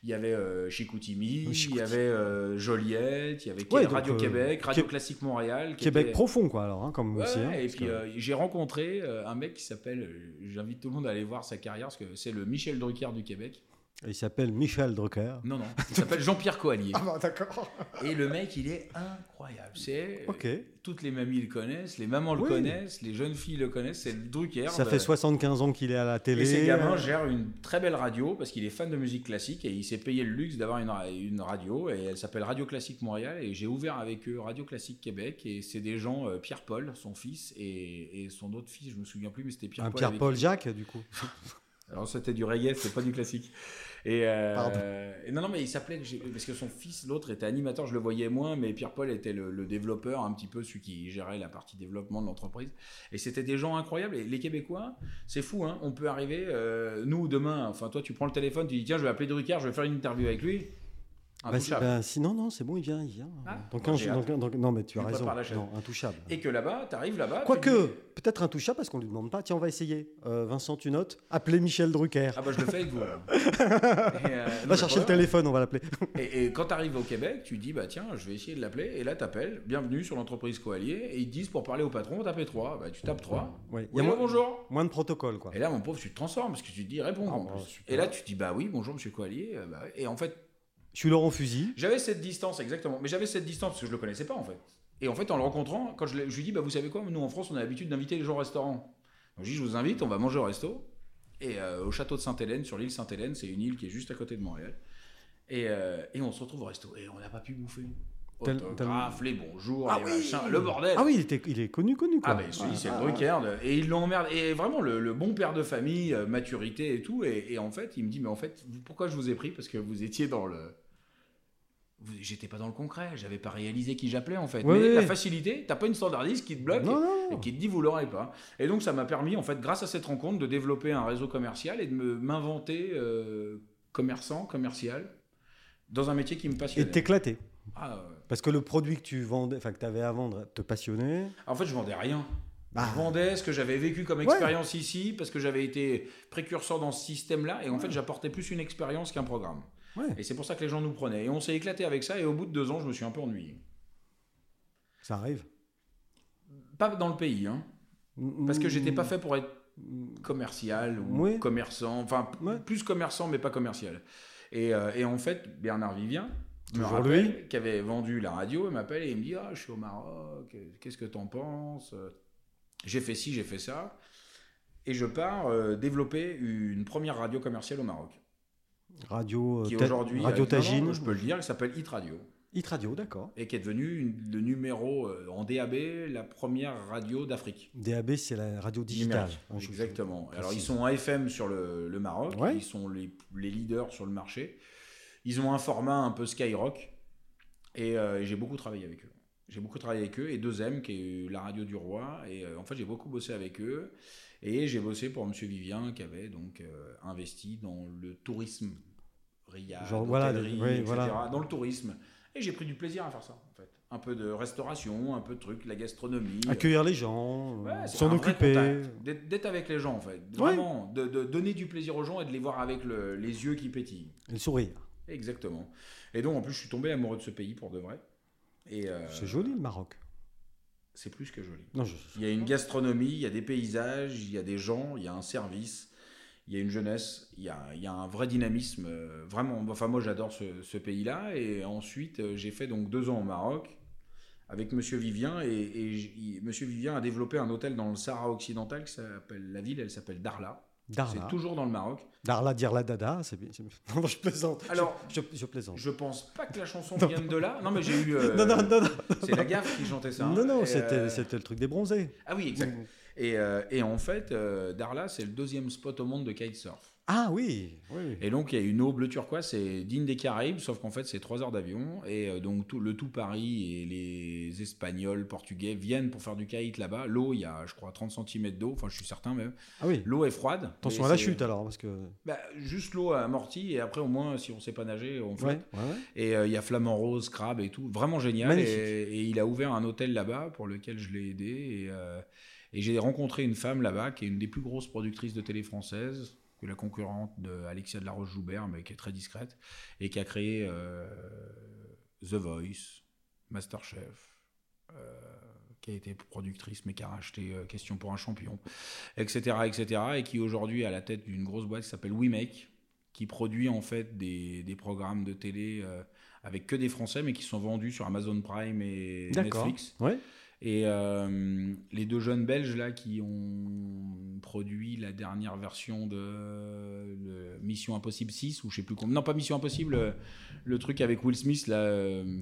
[SPEAKER 1] Il y avait euh, Chicoutimi,
[SPEAKER 2] Oui, Chicoutimi.
[SPEAKER 1] il y avait euh, Joliette, il y avait
[SPEAKER 2] Ouais, donc,
[SPEAKER 1] Radio
[SPEAKER 2] euh,
[SPEAKER 1] Québec, Radio
[SPEAKER 2] Qué-
[SPEAKER 1] Classique Montréal. qui
[SPEAKER 2] Québec
[SPEAKER 1] était-
[SPEAKER 2] profond, quoi, alors, hein, comme
[SPEAKER 1] Ouais,
[SPEAKER 2] aussi. hein,
[SPEAKER 1] et
[SPEAKER 2] parce
[SPEAKER 1] puis
[SPEAKER 2] que-
[SPEAKER 1] euh, j'ai rencontré euh, un mec qui s'appelle, euh, j'invite tout le monde à aller voir sa carrière, parce que c'est le Michel Drucker du Québec.
[SPEAKER 2] Il s'appelle Michel Drucker.
[SPEAKER 1] Non, non, il s'appelle Jean-Pierre Coallier.
[SPEAKER 2] bah, d'accord.
[SPEAKER 1] Et le mec, il est incroyable. C'est euh,
[SPEAKER 2] Ok.
[SPEAKER 1] toutes les mamies le connaissent, les mamans le
[SPEAKER 2] Oui.
[SPEAKER 1] connaissent, les jeunes filles le connaissent. C'est le Drucker.
[SPEAKER 2] Ça
[SPEAKER 1] bah,
[SPEAKER 2] fait 75 ans qu'il est à la télé. hein.
[SPEAKER 1] Et ces gamins gèrent une très belle radio parce qu'il est fan de musique classique et il s'est payé le luxe d'avoir une, ra- une radio et elle s'appelle Radio Classique Montréal et j'ai ouvert avec eux Radio Classique Québec et c'est des gens, euh, Pierre-Paul, son fils et, et son autre fils, je me souviens plus mais c'était
[SPEAKER 2] Un
[SPEAKER 1] Pierre-Paul. avec-
[SPEAKER 2] Ah, Pierre-Paul Jacques, du coup.
[SPEAKER 1] Alors c'était du reggae, c'est pas du classique. Et, euh,
[SPEAKER 2] Pardon.
[SPEAKER 1] et non non mais il s'appelait que j'ai- parce que son fils, l'autre était animateur, je le voyais moins mais Pierre-Paul était le, le développeur un petit peu celui qui gérait la partie développement de l'entreprise et c'était des gens incroyables et les Québécois c'est fou, hein. on peut arriver, euh, nous demain, enfin toi tu prends le téléphone, tu dis tiens je vais appeler Drucker, je vais faire une interview avec lui.
[SPEAKER 2] Bah, si-
[SPEAKER 1] Intouchable.
[SPEAKER 2] bah, si- non, non, c'est bon, il vient, il vient.
[SPEAKER 1] Ah,
[SPEAKER 2] donc,
[SPEAKER 1] moi,
[SPEAKER 2] un-
[SPEAKER 1] j'ai hâte.
[SPEAKER 2] donc- donc- non, mais tu
[SPEAKER 1] Je
[SPEAKER 2] as
[SPEAKER 1] lui
[SPEAKER 2] raison.
[SPEAKER 1] prépare la chaîne.
[SPEAKER 2] Non, intouchable.
[SPEAKER 1] Et que là-bas, t'arrives là-bas. tu
[SPEAKER 2] Quoique,
[SPEAKER 1] dis,
[SPEAKER 2] peut-être intouchable parce qu'on lui demande pas. Tiens, on va essayer. Euh, Vincent, tu notes Appelez Michel Drucker.
[SPEAKER 1] Ah bah je le fais avec vous. alors. Et, euh, non,
[SPEAKER 2] va
[SPEAKER 1] mais
[SPEAKER 2] chercher le
[SPEAKER 1] voilà.
[SPEAKER 2] téléphone, on va l'appeler.
[SPEAKER 1] Et, et quand t'arrives au Québec, tu dis bah tiens je vais essayer de l'appeler et là t'appelles, bienvenue sur l'entreprise Coallier et ils te disent pour parler au patron tapez 3, bah tu tapes 3.
[SPEAKER 2] Ouais, il
[SPEAKER 1] Oui,
[SPEAKER 2] y a
[SPEAKER 1] allô,
[SPEAKER 2] moins,
[SPEAKER 1] bonjour.
[SPEAKER 2] moins de protocole, quoi.
[SPEAKER 1] Et là mon pauvre tu te transformes parce que tu te dis réponds.
[SPEAKER 2] Ah,
[SPEAKER 1] en
[SPEAKER 2] bah,
[SPEAKER 1] plus.
[SPEAKER 2] super.
[SPEAKER 1] et là tu te dis bah oui bonjour monsieur Coallier euh, bah, et en fait
[SPEAKER 2] Je suis Laurent Fusil.
[SPEAKER 1] J'avais cette distance, exactement. Mais j'avais cette distance parce que je le connaissais pas, en fait. Et en fait, en le rencontrant, quand je, l'ai- je lui dis, bah, vous savez quoi, nous en France, on a l'habitude d'inviter les gens au restaurant. Donc je dis, je vous invite, on va manger au resto. Et euh, au château de Sainte-Hélène, sur l'île Sainte-Hélène, c'est une île qui est juste à côté de Montréal. Et, euh, et on se retrouve au resto. Et on n'a pas pu bouffer.
[SPEAKER 2] Tel-
[SPEAKER 1] Autographe, les bonjours,
[SPEAKER 2] Ah
[SPEAKER 1] les
[SPEAKER 2] oui
[SPEAKER 1] machins, le bordel.
[SPEAKER 2] Ah oui, il, était, il est connu, connu, quoi.
[SPEAKER 1] Ah ben celui
[SPEAKER 2] Ouais,
[SPEAKER 1] c'est
[SPEAKER 2] ouais,
[SPEAKER 1] le Drucker le- et il l'emmerde et vraiment le, le bon père de famille euh, maturité et tout et, et en fait il me dit mais en fait vous- pourquoi je vous ai pris parce que vous étiez dans le vous- j'étais pas dans le concret j'avais pas réalisé qui j'appelais en fait
[SPEAKER 2] Ouais,
[SPEAKER 1] mais
[SPEAKER 2] ouais,
[SPEAKER 1] la
[SPEAKER 2] ouais.
[SPEAKER 1] facilité t'as pas une standardiste qui te
[SPEAKER 2] ouais.
[SPEAKER 1] bloque
[SPEAKER 2] Non,
[SPEAKER 1] et,
[SPEAKER 2] non,
[SPEAKER 1] et
[SPEAKER 2] non.
[SPEAKER 1] qui te dit vous l'aurez pas et donc ça m'a permis en fait grâce à cette rencontre de développer un réseau commercial et de me m'inventer euh, commerçant commercial dans un métier qui me
[SPEAKER 2] Et
[SPEAKER 1] passionnait
[SPEAKER 2] de t'éclater.
[SPEAKER 1] Ah, euh,
[SPEAKER 2] Parce que le produit que tu vendais, enfin que tu avais à vendre, te passionnait.
[SPEAKER 1] en fait je vendais rien
[SPEAKER 2] Bah,
[SPEAKER 1] Je vendais ce que j'avais vécu comme
[SPEAKER 2] Ouais.
[SPEAKER 1] expérience ici, parce que j'avais été précurseur dans ce système-là, et en fait j'apportais plus une expérience qu'un programme.
[SPEAKER 2] ouais,
[SPEAKER 1] Et c'est pour ça que les gens nous prenaient. Et on s'est éclaté avec ça, et au bout de deux ans, je me suis un peu ennuyé.
[SPEAKER 2] ça arrive.
[SPEAKER 1] Pas dans le pays, hein. Parce que
[SPEAKER 2] Mmh.
[SPEAKER 1] j'étais pas fait pour être commercial ou
[SPEAKER 2] Oui.
[SPEAKER 1] commerçant, enfin p-
[SPEAKER 2] Ouais.
[SPEAKER 1] plus commerçant mais pas commercial. Et, euh, et en fait, Bernard Vivien, me
[SPEAKER 2] Toujours
[SPEAKER 1] rappelle,
[SPEAKER 2] lui.
[SPEAKER 1] qui avait vendu la radio, il m'appelle et il me dit Ah, je suis au Maroc, qu'est-ce que t'en penses J'ai fait ci, j'ai fait ça. Et je pars euh, développer une première radio commerciale au Maroc,
[SPEAKER 2] Radio, euh,
[SPEAKER 1] qui
[SPEAKER 2] Ta-
[SPEAKER 1] aujourd'hui,
[SPEAKER 2] Radio
[SPEAKER 1] euh, non, non,
[SPEAKER 2] Tagine.
[SPEAKER 1] je peux le dire, elle s'appelle Hit Radio,
[SPEAKER 2] Hit Radio, d'accord.
[SPEAKER 1] et qui est devenue une- le numéro euh, en DAB, la première radio d'Afrique.
[SPEAKER 2] DAB, c'est la radio digitale.
[SPEAKER 1] Numérique,
[SPEAKER 2] en- je-
[SPEAKER 1] Exactement.
[SPEAKER 2] précise.
[SPEAKER 1] Alors ils sont en FM sur le, le Maroc,
[SPEAKER 2] Ouais.
[SPEAKER 1] ils sont les, les leaders sur le marché. Ils ont un format un peu skyrock et euh, j'ai beaucoup travaillé avec eux. J'ai beaucoup travaillé avec eux et 2M qui est la radio du roi et euh, en fait j'ai beaucoup bossé avec eux et j'ai bossé pour Monsieur Vivien qui avait donc euh, investi dans le tourisme, Riyad,
[SPEAKER 2] Genre, voilà,
[SPEAKER 1] hôtellerie,
[SPEAKER 2] ouais,
[SPEAKER 1] etc.,
[SPEAKER 2] voilà.
[SPEAKER 1] dans le tourisme et j'ai pris du plaisir à faire ça en fait. Un peu de restauration, un peu de trucs, la gastronomie. euh,
[SPEAKER 2] Accueillir les gens, euh,
[SPEAKER 1] Ouais, c'est
[SPEAKER 2] s'en
[SPEAKER 1] un vrai
[SPEAKER 2] occuper.
[SPEAKER 1] contact. D'être- D'être avec les gens, en fait. Vraiment, de, de donner du plaisir aux gens et de les voir avec le- les yeux qui pétillent.
[SPEAKER 2] Et le sourire.
[SPEAKER 1] Exactement. Et donc, en plus, je suis tombé amoureux de ce pays pour de vrai. Et euh,
[SPEAKER 2] C'est joli le Maroc.
[SPEAKER 1] c'est plus que joli.
[SPEAKER 2] Non, je...
[SPEAKER 1] Il y a une gastronomie, il y a des paysages, il y a des gens, il y a un service, il y a une jeunesse, il y a, il y a un vrai dynamisme. euh, vraiment, enfin moi j'adore ce, ce pays-là. Et ensuite euh, j'ai fait donc deux ans au Maroc avec Monsieur Vivien. Et, et j- il- Monsieur Vivien a développé un hôtel dans le Sahara occidental qui s'appelle la ville, elle s'appelle Darla.
[SPEAKER 2] Darla.
[SPEAKER 1] C'est toujours dans le Maroc.
[SPEAKER 2] Darla, Dirla, Dada, c'est bien. c'est bien. Non, je plaisante.
[SPEAKER 1] Alors-
[SPEAKER 2] je, je- je plaisante.
[SPEAKER 1] Je pense pas que la chanson vienne de là. Non mais j'ai eu. euh,
[SPEAKER 2] non, non, non, non.
[SPEAKER 1] C'est la gaffe qui chantait ça. hein.
[SPEAKER 2] non, non,
[SPEAKER 1] Et,
[SPEAKER 2] c'était
[SPEAKER 1] euh,
[SPEAKER 2] c'était le truc des bronzés.
[SPEAKER 1] Ah oui, exact. Et, euh, et en fait, euh, Darla, c'est le deuxième spot au monde de kitesurf.
[SPEAKER 2] Ah oui, oui, oui.
[SPEAKER 1] Et donc, il y a une eau bleu turquoise, c'est digne des Caraïbes, sauf qu'en fait, c'est trois heures d'avion. Et euh, donc, tout, le tout Paris et les Espagnols, Portugais viennent pour faire du kite là-bas. L'eau, il y a, je crois, 30 cm d'eau, enfin, je suis certain même.
[SPEAKER 2] Ah oui.
[SPEAKER 1] L'eau est froide.
[SPEAKER 2] Attention
[SPEAKER 1] mais
[SPEAKER 2] à la
[SPEAKER 1] c'est-
[SPEAKER 2] chute alors, parce que.
[SPEAKER 1] Bah, juste l'eau amortie, et après, au moins, si on sait pas nager, on flotte.
[SPEAKER 2] Ouais, ouais, ouais.
[SPEAKER 1] Et euh, il y a Flamand Rose, Crabe et tout. Vraiment génial.
[SPEAKER 2] Magnifique.
[SPEAKER 1] Et, et il a ouvert un hôtel là-bas pour lequel je l'ai aidé. Et, euh, et j'ai rencontré une femme là-bas qui est une des plus grosses productrices de télé française, qui est la concurrente de Alexia de la Roche-Joubert, mais qui est très discrète, et qui a créé euh, The Voice, Masterchef, euh, qui a été productrice, mais qui a racheté euh, Question pour un champion, etc. etc. et qui aujourd'hui est à la tête d'une grosse boîte qui s'appelle WeMake, qui produit en fait des, des programmes de télé. euh, avec que des Français, mais qui sont vendus sur Amazon Prime et
[SPEAKER 2] D'accord.
[SPEAKER 1] Netflix.
[SPEAKER 2] Ouais.
[SPEAKER 1] Et euh, les deux jeunes Belges là qui ont produit la dernière version de euh, le Mission Impossible 6 ou je sais plus combien. Non, pas Mission Impossible, euh, le truc avec Will Smith là. euh,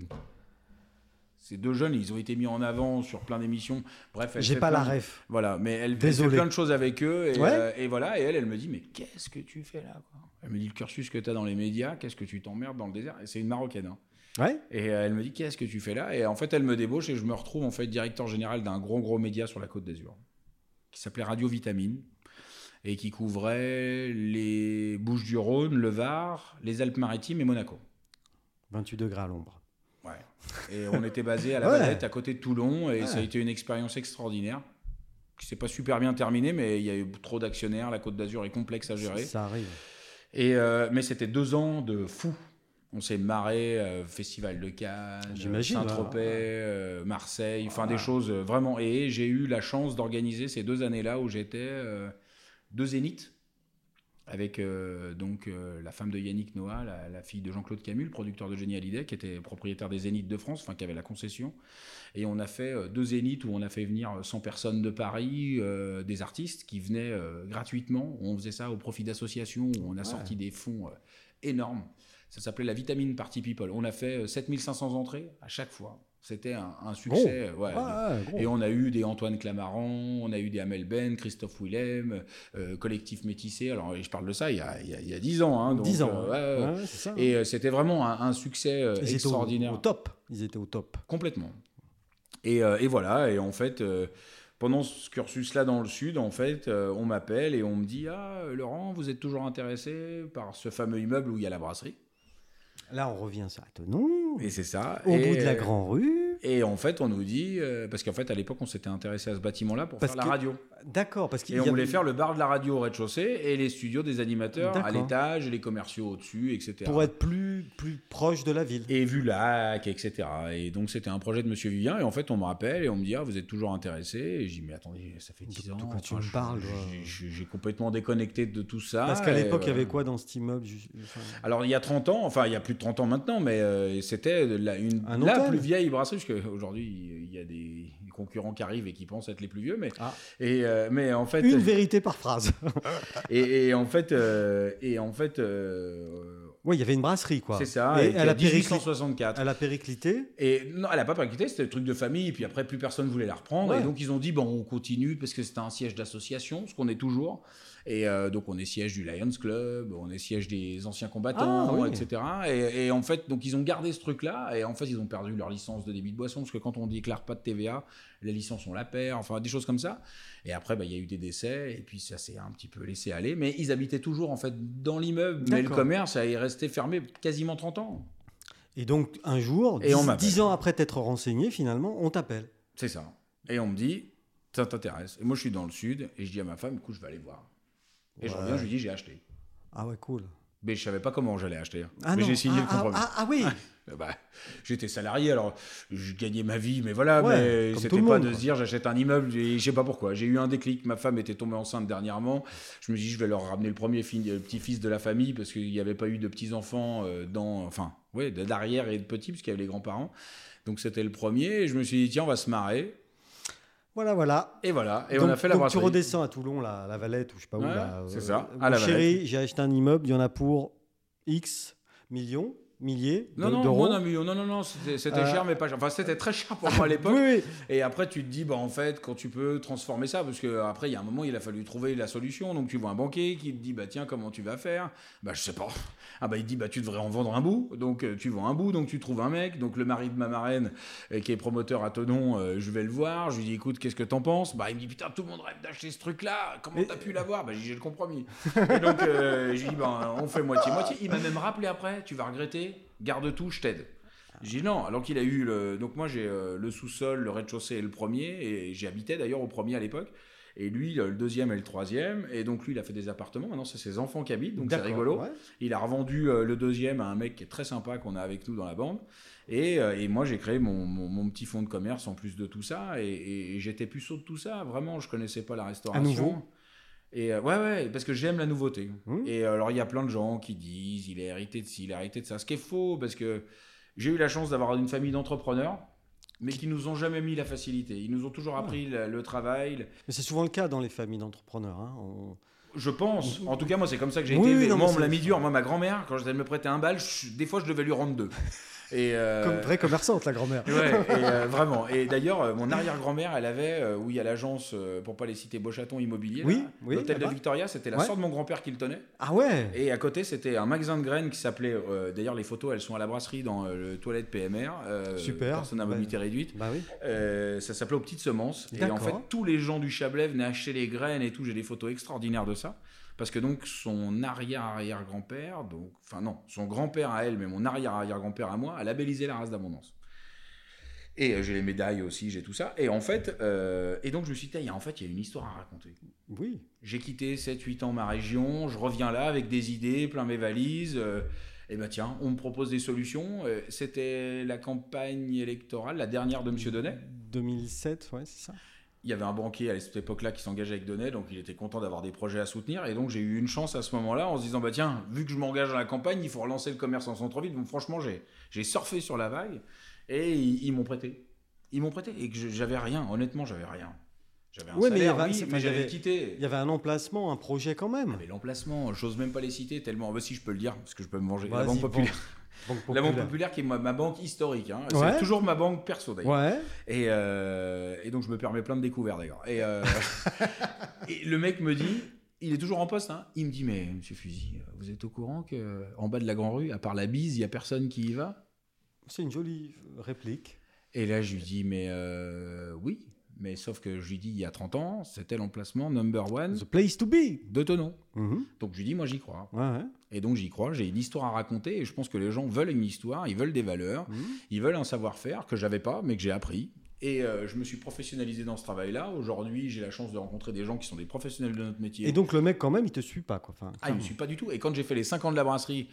[SPEAKER 1] Ces deux jeunes, ils ont été mis en avant sur plein d'émissions. Bref, elle
[SPEAKER 2] J'ai
[SPEAKER 1] fait
[SPEAKER 2] pas la
[SPEAKER 1] plein de-
[SPEAKER 2] ref.
[SPEAKER 1] Voilà, mais elle, elle
[SPEAKER 2] Désolé.
[SPEAKER 1] fait plein de choses avec eux. Et,
[SPEAKER 2] Ouais.
[SPEAKER 1] euh, et voilà, et elle, elle me dit Mais qu'est-ce que tu fais là quoi Elle me dit Le cursus que tu as dans les médias, qu'est-ce que tu t'emmerdes dans le désert Et c'est une Marocaine. hein.
[SPEAKER 2] Ouais.
[SPEAKER 1] Et euh, elle me dit qu'est-ce que tu fais là Et en fait, elle me débauche et je me retrouve en fait directeur général d'un gros gros média sur la Côte d'Azur qui s'appelait Radio Vitamine et qui couvrait les Bouches-du-Rhône, le Var, les Alpes-Maritimes et Monaco.
[SPEAKER 2] 28 degrés à l'ombre.
[SPEAKER 1] Ouais. Et on était basé à la
[SPEAKER 2] Ouais.
[SPEAKER 1] Valette, à côté de Toulon, et
[SPEAKER 2] Ouais.
[SPEAKER 1] ça a été une expérience extraordinaire qui s'est pas super bien terminée, mais il y a eu trop d'actionnaires, la Côte d'Azur est complexe à gérer.
[SPEAKER 2] Ça arrive.
[SPEAKER 1] Et euh, mais c'était deux ans de fou. On s'est marré, euh, Festival de Cannes,
[SPEAKER 2] J'imagine,
[SPEAKER 1] Saint-Tropez,
[SPEAKER 2] ouais.
[SPEAKER 1] euh, Marseille, enfin
[SPEAKER 2] Ouais.
[SPEAKER 1] des choses euh, vraiment. Et j'ai eu la chance d'organiser ces deux années-là où j'étais euh, deux zéniths avec euh, donc euh, la femme de Yannick Noah, la, la fille de Jean-Claude Camus, le producteur de Génie Hallyday, qui était propriétaire des Zéniths de France, enfin qui avait la concession. Et on a fait euh, deux Zéniths où on a fait venir euh, 100 personnes de Paris, euh, des artistes qui venaient euh, gratuitement. On faisait ça au profit d'associations où on a sorti des fonds euh, énormes. Ça s'appelait la vitamine Party People. On a fait euh, 7500 entrées à chaque fois. C'était un, un succès. euh, ouais, de-
[SPEAKER 2] Ouais, gros.
[SPEAKER 1] et on a eu des Antoine Clamaran, on a eu des Amel Ben, Christophe Willem, euh, Collectif Métissé. Alors, je parle de ça il y a, il y a- il y a 10 ans. hein, donc,
[SPEAKER 2] 10 ans.
[SPEAKER 1] euh, ouais, ouais.
[SPEAKER 2] Ouais, c'est ça.
[SPEAKER 1] Et euh, c'était vraiment un, un succès euh,
[SPEAKER 2] Ils étaient au-
[SPEAKER 1] extraordinaire.
[SPEAKER 2] Au, top. Ils étaient au top.
[SPEAKER 1] Complètement. Et, euh, et voilà, et en fait, euh, pendant ce cursus-là dans le Sud, en fait, euh, on m'appelle et on me dit Ah, euh, Laurent, vous êtes toujours intéressé par ce fameux immeuble où il y a la brasserie
[SPEAKER 2] Là, on revient sur Tenon,
[SPEAKER 1] Et c'est ça.
[SPEAKER 2] au
[SPEAKER 1] Et,
[SPEAKER 2] bout de la
[SPEAKER 1] euh,
[SPEAKER 2] Grand Rue.
[SPEAKER 1] Et en fait, on nous dit, euh, parce qu'en fait, à l'époque, on s'était intéressé à ce bâtiment-là pour
[SPEAKER 2] Parce
[SPEAKER 1] faire
[SPEAKER 2] que-
[SPEAKER 1] la radio.
[SPEAKER 2] D'accord, parce qu'il
[SPEAKER 1] Et
[SPEAKER 2] y
[SPEAKER 1] on
[SPEAKER 2] avait-
[SPEAKER 1] voulait faire le bar de la radio au rez-de-chaussée et les studios des animateurs à
[SPEAKER 2] D'accord.
[SPEAKER 1] l'étage, les commerciaux au-dessus, etc.
[SPEAKER 2] pour être plus, plus proche de la ville.
[SPEAKER 1] Et Vulac, etc. Et donc, c'était un projet de Monsieur Vivien. Et en fait, on me rappelle et on me dit, ah, vous êtes toujours intéressé. Et je dis, mais attendez, ça fait
[SPEAKER 2] De-
[SPEAKER 1] 10
[SPEAKER 2] de
[SPEAKER 1] ans.
[SPEAKER 2] quoi tu
[SPEAKER 1] Enfin,
[SPEAKER 2] me
[SPEAKER 1] je-
[SPEAKER 2] parles, toi
[SPEAKER 1] j'ai- J'ai j'ai complètement déconnecté de tout ça.
[SPEAKER 2] Parce qu'à
[SPEAKER 1] Et
[SPEAKER 2] l'époque, il y
[SPEAKER 1] voilà.
[SPEAKER 2] avait quoi dans cet immeuble ju- enfin,
[SPEAKER 1] Alors, il y a 30 ans, enfin, il y a plus de 30 ans maintenant, mais euh, c'était la, une,
[SPEAKER 2] Un
[SPEAKER 1] la
[SPEAKER 2] hôtel.
[SPEAKER 1] plus vieille brasserie, parce qu'aujourd'hui, il y a des concurrents qui arrivent et qui pensent être les plus vieux, mais,
[SPEAKER 2] Ah.
[SPEAKER 1] et, euh, mais en fait,
[SPEAKER 2] Une vérité par phrase.
[SPEAKER 1] et, et en fait, euh, et en fait, euh,
[SPEAKER 2] oui, il y avait une brasserie, quoi.
[SPEAKER 1] c'est ça,
[SPEAKER 2] Et
[SPEAKER 1] et,
[SPEAKER 2] à la, péricli-
[SPEAKER 1] 1864.
[SPEAKER 2] à la périclité,
[SPEAKER 1] Et non, elle n'a pas percuté, c'était le truc de famille, et puis après, plus personne voulait la reprendre.
[SPEAKER 2] Ouais.
[SPEAKER 1] Et donc, ils ont dit, bon, on continue, parce que c'était un siège d'association, ce qu'on est toujours. Et euh, donc, on est siège du Lions Club, on est siège des anciens combattants,
[SPEAKER 2] Ah, oui.
[SPEAKER 1] etc. Et, et en fait, donc, ils ont gardé ce truc-là, et en fait, ils ont perdu leur licence de débit de boisson, parce que quand on déclare pas de TVA, la licence, on la perd, enfin, des choses comme ça. Et après, bah, il y a eu des décès, et puis ça s'est un petit peu laissé aller. Mais ils habitaient toujours, en fait, dans l'immeuble, mais le
[SPEAKER 2] D'accord.
[SPEAKER 1] commerce est resté fermé quasiment 30 ans.
[SPEAKER 2] et donc un jour,
[SPEAKER 1] Et on
[SPEAKER 2] 10,
[SPEAKER 1] m'appelle.
[SPEAKER 2] dix ans après t'être renseigné, finalement, on t'appelle.
[SPEAKER 1] C'est ça. Et on me dit, ça t'intéresse. Et moi, je suis dans le sud, et je dis à ma femme, écoute, je vais aller voir. Et je
[SPEAKER 2] Ouais.
[SPEAKER 1] reviens, je lui dis, j'ai acheté.
[SPEAKER 2] Ah ouais, cool.
[SPEAKER 1] Mais je savais pas comment j'allais acheter.
[SPEAKER 2] Ah
[SPEAKER 1] mais
[SPEAKER 2] non,
[SPEAKER 1] j'ai signé
[SPEAKER 2] ah,
[SPEAKER 1] le
[SPEAKER 2] ah,
[SPEAKER 1] compromis.
[SPEAKER 2] Ah, ah oui,
[SPEAKER 1] Euh, bah, j'étais salarié, alors je gagnais ma vie, mais voilà,
[SPEAKER 2] Ouais,
[SPEAKER 1] mais
[SPEAKER 2] comme
[SPEAKER 1] c'était
[SPEAKER 2] tout le
[SPEAKER 1] pas
[SPEAKER 2] monde,
[SPEAKER 1] de
[SPEAKER 2] quoi.
[SPEAKER 1] se dire j'achète un immeuble, et je sais pas pourquoi. J'ai eu un déclic, ma femme était tombée enceinte dernièrement. Je me suis dit, je vais leur ramener le premier fi- euh, petit-fils de la famille, parce qu'il n'y avait pas eu de petits-enfants euh, dans. Enfin, ouais, de- d'arrière et de petits, parce qu'il y avait les grands-parents. Donc c'était le premier, et je me suis dit, tiens, on va se marrer.
[SPEAKER 2] voilà, voilà.
[SPEAKER 1] Et voilà, et
[SPEAKER 2] donc,
[SPEAKER 1] on a fait la
[SPEAKER 2] donc tu
[SPEAKER 1] brasserie.
[SPEAKER 2] redescends à Toulon, là, à la Valette, ou je sais pas où.
[SPEAKER 1] Ouais,
[SPEAKER 2] là,
[SPEAKER 1] c'est ça,
[SPEAKER 2] euh,
[SPEAKER 1] à la
[SPEAKER 2] Chérie, j'ai acheté un immeuble, il y en a pour X millions, milliers
[SPEAKER 1] Non,
[SPEAKER 2] de-
[SPEAKER 1] non,
[SPEAKER 2] d'euros.
[SPEAKER 1] non, non, mais- non, non, non, c'était c'était
[SPEAKER 2] Euh,
[SPEAKER 1] cher, mais pas cher. Enfin, c'était très cher pour moi à l'époque.
[SPEAKER 2] oui, oui.
[SPEAKER 1] Et après, tu te dis, bah, en fait, quand tu peux transformer ça, parce que après, il y a un moment, il a fallu trouver la solution. Donc, tu vois un banquier qui te dit, bah, tiens, comment tu vas faire Bah, je sais pas. Ah, bah, il te dit, bah, tu devrais en vendre un bout. Donc, euh, tu vends un bout, donc tu trouves un mec. Donc, le mari de ma marraine, euh, qui est promoteur à Tenon, euh, je vais le voir. Je lui dis, écoute, qu'est-ce que t'en penses Bah, il me dit, putain, tout le monde rêve d'acheter ce truc-là. Comment
[SPEAKER 2] Et-
[SPEAKER 1] t'as pu l'avoir Bah, j'ai dit, j'ai le compromis. Et donc, euh, je lui dis, bah, on fait moitié-moitié. Il m'a même rappelé après, tu vas regretter, garde tout, je t'aide. J'ai dit non, alors qu'il a eu le. Donc moi j'ai euh, le sous-sol, le rez-de-chaussée et le premier, et j'habitais d'ailleurs au premier à l'époque. Et lui, le le deuxième et le troisième. Et donc lui, il a fait des appartements. Maintenant, c'est ses enfants qui habitent, donc c'est
[SPEAKER 2] D'accord,
[SPEAKER 1] rigolo.
[SPEAKER 2] ouais.
[SPEAKER 1] Il a revendu euh, le deuxième à un mec qui est très sympa qu'on a avec nous dans la bande. Et, euh, et moi, j'ai créé mon, mon- mon petit fonds de commerce en plus de tout ça. Et, et- et j'étais puceau de tout ça. Vraiment, je connaissais pas la restauration.
[SPEAKER 2] nouveau
[SPEAKER 1] Et euh, ouais, ouais, parce que j'aime la nouveauté.
[SPEAKER 2] Mmh.
[SPEAKER 1] Et euh, alors, il y a plein de gens qui disent il est hérité de ci, il est hérité de ça. Ce qui est faux, parce que j'ai eu la chance d'avoir une famille d'entrepreneurs, mais qui nous ont jamais mis la facilité. Ils nous ont
[SPEAKER 2] Ah.
[SPEAKER 1] toujours appris le, le travail. le-
[SPEAKER 2] Mais c'est souvent le cas dans les familles d'entrepreneurs. hein. On-
[SPEAKER 1] Je pense. En tout cas, moi, c'est comme ça que j'ai
[SPEAKER 2] Oui,
[SPEAKER 1] été.
[SPEAKER 2] oui,
[SPEAKER 1] élevé.
[SPEAKER 2] non,
[SPEAKER 1] moi,
[SPEAKER 2] mais
[SPEAKER 1] on me l'a
[SPEAKER 2] c'est-
[SPEAKER 1] mis dur. Moi, ma grand-mère, quand elle me prêtait un bal, je- des fois, je devais lui rendre deux. Et euh,
[SPEAKER 2] Comme vraie commerçante, la grand-mère.
[SPEAKER 1] Ouais, et, euh, vraiment. Et d'ailleurs, euh, mon arrière-grand-mère, elle avait, euh, où il y a l'agence, euh, pour pas les citer, Bochaton Immobilier.
[SPEAKER 2] Oui,
[SPEAKER 1] là,
[SPEAKER 2] oui,
[SPEAKER 1] L'hôtel de
[SPEAKER 2] là-bas.
[SPEAKER 1] Victoria, c'était la
[SPEAKER 2] Ouais.
[SPEAKER 1] sœur de mon grand-père qui le tenait.
[SPEAKER 2] Ah ouais
[SPEAKER 1] Et à côté, c'était un magasin de graines qui s'appelait. euh, D'ailleurs, les photos, elles sont à la brasserie dans euh, le toilette PMR. euh,
[SPEAKER 2] Super.
[SPEAKER 1] Personne à mobilité réduite.
[SPEAKER 2] Bah oui.
[SPEAKER 1] Euh, ça s'appelait aux petites semences. Et en
[SPEAKER 2] D'accord.
[SPEAKER 1] fait, tous les gens du Chablais venaient acheter les graines et tout. J'ai des photos extraordinaires de ça. Parce que donc son arrière-arrière-grand-père, donc enfin non, son grand-père à elle, mais mon arrière-arrière-grand-père à moi, a labellisé la race d'abondance. Et euh, j'ai les médailles aussi, j'ai tout ça. Et en fait, euh, et donc je me suis dit, tiens, il y a- en fait, il y a une histoire à raconter.
[SPEAKER 2] Oui.
[SPEAKER 1] J'ai quitté 7-8 ans ma région, je reviens là avec des idées, plein mes valises. et ben tiens, on me propose des solutions. Euh, C'était la campagne électorale, la dernière de M. Donnet.
[SPEAKER 2] 2007, ouais, c'est ça.
[SPEAKER 1] Il y avait un banquier à cette époque-là qui s'engageait avec Donnet, donc il était content d'avoir des projets à soutenir. Et donc j'ai eu une chance à ce moment-là en se disant, bah tiens, vu que je m'engage dans la campagne, il faut relancer le commerce en centre-ville. Donc franchement, j'ai j'ai surfé sur la vague et ils, ils m'ont prêté. Ils m'ont prêté et que je- j'avais rien, honnêtement, j'avais rien. J'avais un
[SPEAKER 2] Ouais, mais il y
[SPEAKER 1] salaire,
[SPEAKER 2] avait-
[SPEAKER 1] oui,
[SPEAKER 2] c'est-
[SPEAKER 1] mais
[SPEAKER 2] enfin, il y
[SPEAKER 1] j'avais
[SPEAKER 2] avait-
[SPEAKER 1] quitté.
[SPEAKER 2] Il y avait un emplacement, un projet quand
[SPEAKER 1] Ah,
[SPEAKER 2] même.
[SPEAKER 1] mais l'emplacement, j'ose même pas les citer tellement. Bah si, je peux le dire, parce que je peux me manger. La
[SPEAKER 2] Vas-y,
[SPEAKER 1] banque populaire.
[SPEAKER 2] Banque
[SPEAKER 1] La banque
[SPEAKER 2] Populaire.
[SPEAKER 1] populaire qui est ma, ma banque historique. hein.
[SPEAKER 2] Ouais.
[SPEAKER 1] C'est toujours ma banque perso d'ailleurs.
[SPEAKER 2] Ouais.
[SPEAKER 1] Et, euh, et donc je me permets plein de découvertes d'ailleurs. Et, euh, et le mec me dit, il est toujours en poste, hein. il me dit mais Monsieur Fusil, vous êtes au courant que euh, en bas de la Grand Rue, à part la bise, il y a personne qui y va
[SPEAKER 2] C'est une jolie réplique.
[SPEAKER 1] Et là je lui dis mais euh, oui. Mais sauf que je lui dis, il y a 30 ans, c'était l'emplacement number one
[SPEAKER 2] The place to be.
[SPEAKER 1] de Tenon.
[SPEAKER 2] Mhm.
[SPEAKER 1] Donc je lui dis, moi j'y crois.
[SPEAKER 2] Ouais, ouais.
[SPEAKER 1] Et donc j'y crois, j'ai une histoire à raconter et je pense que les gens veulent une histoire, ils veulent des valeurs,
[SPEAKER 2] Mhm.
[SPEAKER 1] ils veulent un savoir-faire que j'avais pas mais que j'ai appris. Et euh, je me suis professionnalisé dans ce travail-là. Aujourd'hui, j'ai la chance de rencontrer des gens qui sont des professionnels de notre métier.
[SPEAKER 2] Et donc le mec quand même, il te suit pas quoi. Enfin,
[SPEAKER 1] ah, il me suit pas du tout. Et quand j'ai fait les 5 ans de la brasserie,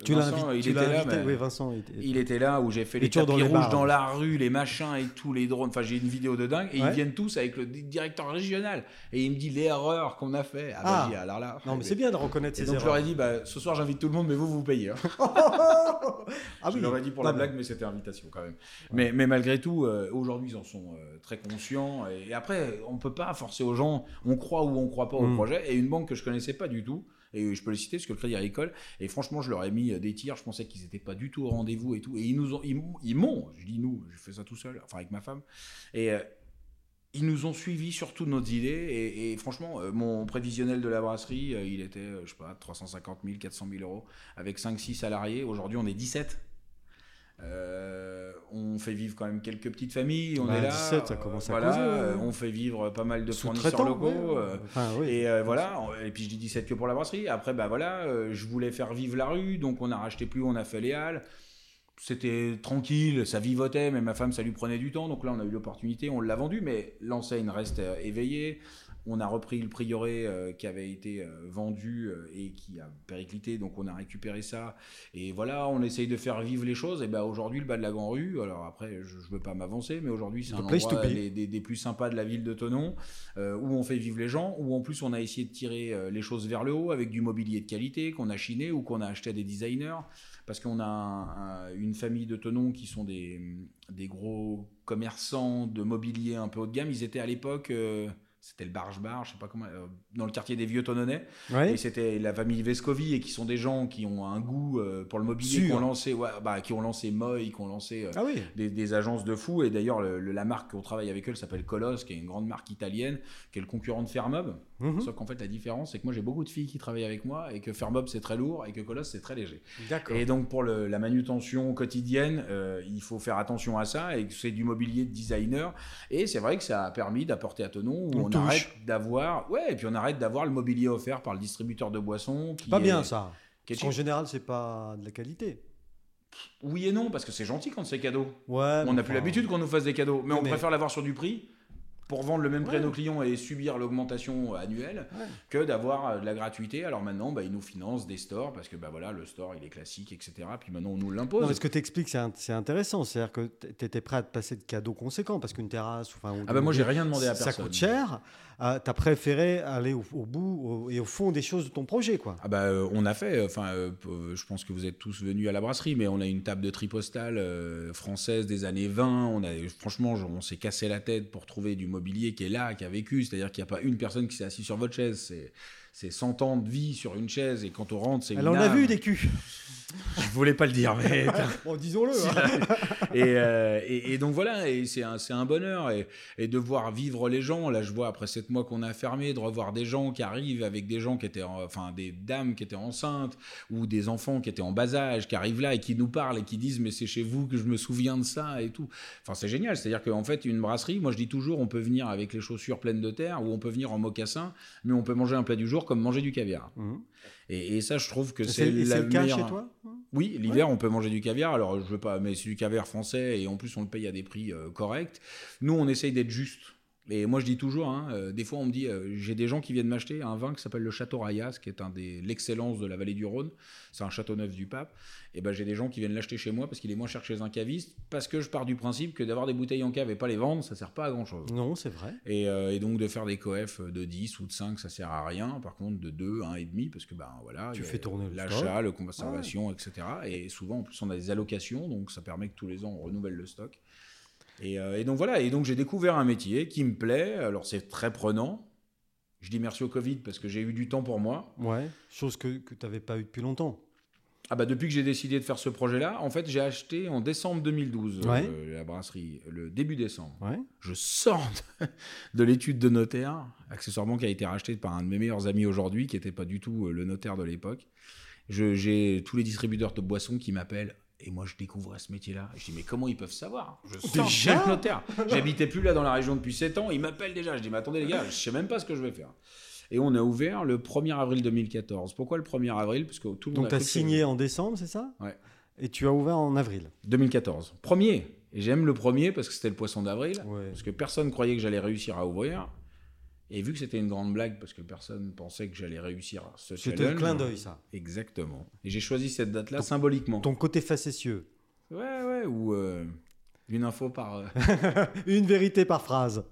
[SPEAKER 1] euh,
[SPEAKER 2] tu l'as
[SPEAKER 1] Vincent,
[SPEAKER 2] invité,
[SPEAKER 1] il
[SPEAKER 2] tu l'as
[SPEAKER 1] était là,
[SPEAKER 2] invité-
[SPEAKER 1] mais
[SPEAKER 2] oui, Vincent. il-
[SPEAKER 1] il était là où j'ai fait
[SPEAKER 2] Les
[SPEAKER 1] les
[SPEAKER 2] tours
[SPEAKER 1] tapis
[SPEAKER 2] dans les
[SPEAKER 1] rouges
[SPEAKER 2] bars.
[SPEAKER 1] dans la rue, les machins et tout, les drones. Enfin, j'ai une vidéo de dingue et
[SPEAKER 2] Ouais.
[SPEAKER 1] ils viennent tous avec le di- directeur régional et il me dit les erreurs qu'on a fait. Ah, bah,
[SPEAKER 2] Ah.
[SPEAKER 1] je dis, alors là.
[SPEAKER 2] Non mais
[SPEAKER 1] eh
[SPEAKER 2] c'est bien de reconnaître
[SPEAKER 1] Et
[SPEAKER 2] ses
[SPEAKER 1] donc je leur
[SPEAKER 2] erreurs.
[SPEAKER 1] ai dit, bah, ce soir j'invite tout le monde, mais vous vous payez. hein.
[SPEAKER 2] Ah
[SPEAKER 1] je leur ai dit pour la
[SPEAKER 2] Non, mais-
[SPEAKER 1] blague, mais c'était invitation quand même. Mais, mais malgré tout, euh, aujourd'hui, ils en sont euh, très conscients. Et, et après, on peut pas forcer aux gens, on croit ou on croit pas au
[SPEAKER 2] Mm.
[SPEAKER 1] projet. Et une banque que je connaissais pas du tout, et je peux les citer, parce que le Crédit Agricole, et franchement, je leur ai mis euh, des tirs, je pensais qu'ils étaient pas du tout au rendez-vous et tout. Et ils nous ont, ils, m'ont- ils m'ont, je dis nous, je fais ça tout seul, enfin avec ma femme. Et. euh, ils nous ont suivis sur toutes nos idées et, et franchement, euh, mon prévisionnel de la brasserie, euh, il était, euh, je sais pas, 350 000, 400 000 euros avec 5-6 salariés. Aujourd'hui, on est 17. Euh, on fait vivre quand même quelques petites familles. On
[SPEAKER 2] Bah,
[SPEAKER 1] est là.
[SPEAKER 2] 17, ça commence à
[SPEAKER 1] voilà,
[SPEAKER 2] causer, ouais.
[SPEAKER 1] euh, On fait vivre pas mal de fournisseurs
[SPEAKER 2] Sous-traitants,
[SPEAKER 1] locaux.
[SPEAKER 2] ouais.
[SPEAKER 1] euh,
[SPEAKER 2] Enfin, Ah oui.
[SPEAKER 1] et euh, voilà, et puis je dis 17 que pour la brasserie. Après, bah voilà, euh, je voulais faire vivre la rue, donc on a racheté plus, on a fait les halles. C'était tranquille, ça vivotait, mais ma femme, ça lui prenait du temps. Donc là, on a eu l'opportunité, on l'a vendu, mais l'enseigne reste euh, éveillée. On a repris le prieuré euh, qui avait été euh, vendu euh, et qui a périclité, donc on a récupéré ça. Et voilà, on essaye de faire vivre les choses. Et bah aujourd'hui, le bas de la Grand Rue, alors après, je ne veux pas m'avancer, mais aujourd'hui, c'est
[SPEAKER 2] The
[SPEAKER 1] un
[SPEAKER 2] place
[SPEAKER 1] endroit euh,
[SPEAKER 2] to be.
[SPEAKER 1] des, des- des plus sympas de la ville de Tonon euh, où on fait vivre les gens, où en plus on a essayé de tirer euh, les choses vers le haut avec du mobilier de qualité qu'on a chiné ou qu'on a acheté à des designers, parce qu'on a un- un- une famille de tenons qui sont des, des gros commerçants de mobilier un peu haut de gamme. Ils étaient à l'époque, euh, c'était le Barge Bar, je sais pas comment, euh, dans le quartier des Vieux Tononnais,
[SPEAKER 2] Ouais.
[SPEAKER 1] et c'était la famille Vescovi et qui sont des gens qui ont un goût euh, pour le mobilier,
[SPEAKER 2] Sûr.
[SPEAKER 1] qui ont lancé, ouais, bah, qui ont lancé Moy, qui ont lancé euh,
[SPEAKER 2] Ah oui.
[SPEAKER 1] des, des agences de fous. Et d'ailleurs, le- le- la marque qu'on travaille avec eux s'appelle Colosse, qui est une grande marque italienne, qui est le concurrent de Fairmob.
[SPEAKER 2] Mhm.
[SPEAKER 1] Sauf qu'en fait, la différence, c'est que moi, j'ai beaucoup de filles qui travaillent avec moi et que Fairmob, c'est très lourd et que Colosse, c'est très léger.
[SPEAKER 2] D'accord.
[SPEAKER 1] Et donc, pour le- la manutention quotidienne, euh, il faut faire attention à ça et que c'est du mobilier de designer. Et c'est vrai que ça a permis d'apporter à Tenon où
[SPEAKER 2] Une
[SPEAKER 1] on
[SPEAKER 2] touche.
[SPEAKER 1] arrête d'avoir. Ouais, et puis on arrête d'avoir le mobilier offert par le distributeur de boissons. Qui
[SPEAKER 2] Pas
[SPEAKER 1] est-
[SPEAKER 2] bien ça.
[SPEAKER 1] qui est
[SPEAKER 2] En général, c'est pas de la qualité.
[SPEAKER 1] Oui et non, parce que c'est gentil quand c'est cadeau.
[SPEAKER 2] Ouais.
[SPEAKER 1] On
[SPEAKER 2] Ah, mais
[SPEAKER 1] n'a plus
[SPEAKER 2] enfin,
[SPEAKER 1] l'habitude qu'on nous fasse des cadeaux, mais on
[SPEAKER 2] mais-
[SPEAKER 1] préfère l'avoir sur du prix pour vendre le même prix à
[SPEAKER 2] Ouais.
[SPEAKER 1] nos clients et subir l'augmentation euh, annuelle
[SPEAKER 2] Ouais.
[SPEAKER 1] que d'avoir euh, de la gratuité. Alors maintenant, bah, ils nous financent des stores parce que bah, voilà, le store il est classique, etc. Puis maintenant on nous
[SPEAKER 2] Non, mais
[SPEAKER 1] l'impose.
[SPEAKER 2] ce que tu expliques, c'est int- c'est intéressant. C'est-à-dire que tu étais prêt à te passer de cadeaux conséquents parce qu'une terrasse. Enfin, ou
[SPEAKER 1] Ah bah moi j'ai rien demandé à
[SPEAKER 2] euh, Ça
[SPEAKER 1] personne.
[SPEAKER 2] coûte cher. tu as préféré aller au, au bout au- et au fond des choses de ton projet, quoi.
[SPEAKER 1] Ah bah euh, on a fait, enfin euh, p- euh, je pense que vous êtes tous venus à la brasserie, mais on a une table de tripostale euh, française des années 20, on a, euh, franchement je- on s'est cassé la tête pour trouver du mobilier qui est là, qui a vécu, c'est-à-dire qu'il n'y a pas une personne qui s'est assise sur votre chaise, c'est, c'est 100 ans de vie sur une chaise et quand on rentre c'est... une
[SPEAKER 2] Alors, on a
[SPEAKER 1] âme.
[SPEAKER 2] vu des culs.
[SPEAKER 1] Je voulais pas le dire, mais...
[SPEAKER 2] Bon, disons-le.
[SPEAKER 1] Si,
[SPEAKER 2] hein.
[SPEAKER 1] là. et, euh, et- et donc voilà, et c'est un, c'est un bonheur. Et, et de voir vivre les gens, là je vois après sept mois qu'on a fermé, de revoir des gens qui arrivent avec des gens qui étaient, en- enfin des dames qui étaient enceintes ou des enfants qui étaient en bas âge, qui arrivent là et qui nous parlent et qui disent mais c'est chez vous que je me souviens de ça et tout. Enfin c'est génial, c'est-à-dire qu'en fait une brasserie, moi je dis toujours on peut venir avec les chaussures pleines de terre ou on peut venir en mocassin, mais on peut manger un plat du jour comme manger du caviar.
[SPEAKER 2] Mhm.
[SPEAKER 1] Et, et ça je trouve que
[SPEAKER 2] Et
[SPEAKER 1] c'est
[SPEAKER 2] C'est et
[SPEAKER 1] la
[SPEAKER 2] c'est le cas
[SPEAKER 1] meilleure-
[SPEAKER 2] chez toi
[SPEAKER 1] oui, l'hiver, on peut manger du caviar. Alors, je veux pas, mais c'est du caviar français et en plus, on le paye à des prix euh, corrects. Nous, on essaye d'être juste. Et moi, je dis toujours, hein, euh, des fois, on me dit, euh, j'ai des gens qui viennent m'acheter un vin qui s'appelle le Château Rayas, qui est un des l'excellence de la vallée du Rhône. C'est un château neuf du pape. Et ben, j'ai des gens qui viennent l'acheter chez moi parce qu'il est moins cher que chez un caviste, parce que je pars du principe que d'avoir des bouteilles en cave et pas les vendre, ça sert pas à grand chose.
[SPEAKER 2] Non, c'est vrai.
[SPEAKER 1] Et, euh, et donc de faire des coefs de 10 ou de 5, ça sert à rien. Par contre, de 2, 1,5, parce que ben voilà,
[SPEAKER 2] Tu
[SPEAKER 1] il y a
[SPEAKER 2] fais tourner le
[SPEAKER 1] l'achat, le conservation, etc. Et souvent, en plus, on a des allocations, donc ça permet que tous les ans, on renouvelle le stock. Et, euh, et donc voilà, et donc j'ai découvert un métier qui me plaît. Alors c'est très prenant. Je dis merci au Covid parce que j'ai eu du temps pour moi.
[SPEAKER 2] Ouais. Chose que, que tu n'avais pas eu depuis longtemps.
[SPEAKER 1] Ah bah depuis que j'ai décidé de faire ce projet-là, en fait j'ai acheté en décembre 2012 euh,
[SPEAKER 2] Ouais.
[SPEAKER 1] la brasserie, le début décembre.
[SPEAKER 2] Ouais.
[SPEAKER 1] je sors de, de l'étude de notaire, accessoirement qui a été racheté par un de mes meilleurs amis aujourd'hui, qui n'était pas du tout euh, le notaire de l'époque. Je- J'ai tous les distributeurs de boissons qui m'appellent. Et moi, je découvrais ce métier-là. Je dis, mais comment ils peuvent savoir Je suis
[SPEAKER 2] Déjà
[SPEAKER 1] déjà notaire. J'habitais plus là dans la région depuis 7 ans. Ils m'appellent déjà. Je dis, mais attendez, les gars, je sais même pas ce que je vais faire. Et on a ouvert le 1er avril 2014. Pourquoi le 1er avril Parce que tout le monde
[SPEAKER 2] Donc,
[SPEAKER 1] a
[SPEAKER 2] tu as
[SPEAKER 1] cru que
[SPEAKER 2] signé en décembre, c'est ça
[SPEAKER 1] Ouais.
[SPEAKER 2] Et tu as ouvert en avril.
[SPEAKER 1] 2014. Premier. Et j'aime le premier parce que c'était le poisson d'avril.
[SPEAKER 2] Ouais.
[SPEAKER 1] Parce que personne croyait que j'allais réussir à ouvrir. Et vu que c'était une grande blague, parce que personne pensait que j'allais réussir ce
[SPEAKER 2] C'était le
[SPEAKER 1] challenge-
[SPEAKER 2] clin d'œil, ça.
[SPEAKER 1] Exactement. Et j'ai choisi cette date-là
[SPEAKER 2] Ton-
[SPEAKER 1] symboliquement.
[SPEAKER 2] Ton côté facétieux.
[SPEAKER 1] Ouais, ouais, ou euh, une info par. euh,
[SPEAKER 2] Une vérité par phrase.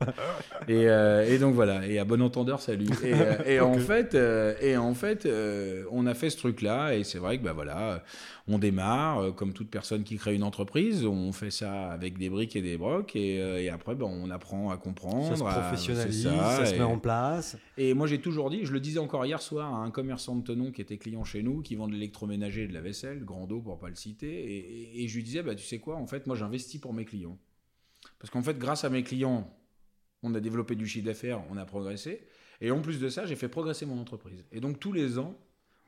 [SPEAKER 1] et, euh, et donc voilà, et à bon entendeur, salut. Et, euh, et en
[SPEAKER 2] Ok.
[SPEAKER 1] fait, euh, et en fait euh, on a fait ce truc-là, et c'est vrai que bah, voilà, euh, on démarre, euh, comme toute personne qui crée une entreprise, on fait ça avec des briques et des brocs, et, euh, et après, bah, on apprend à comprendre.
[SPEAKER 2] Ça se
[SPEAKER 1] à- bah, c'est
[SPEAKER 2] professionnalise, ça,
[SPEAKER 1] ça,
[SPEAKER 2] se
[SPEAKER 1] et-
[SPEAKER 2] met en place.
[SPEAKER 1] Et moi, j'ai toujours dit, je le disais encore hier soir à un commerçant de Tenon qui était client chez nous, qui vend de l'électroménager et de la vaisselle, grand dos pour pas le citer, et, et- et je lui disais, bah, tu sais quoi, en fait, moi, j'investis pour mes clients. Parce qu'en fait, grâce à mes clients, on a développé du chiffre d'affaires, on a progressé, et en plus de ça, j'ai fait progresser mon entreprise. Et donc, tous les ans,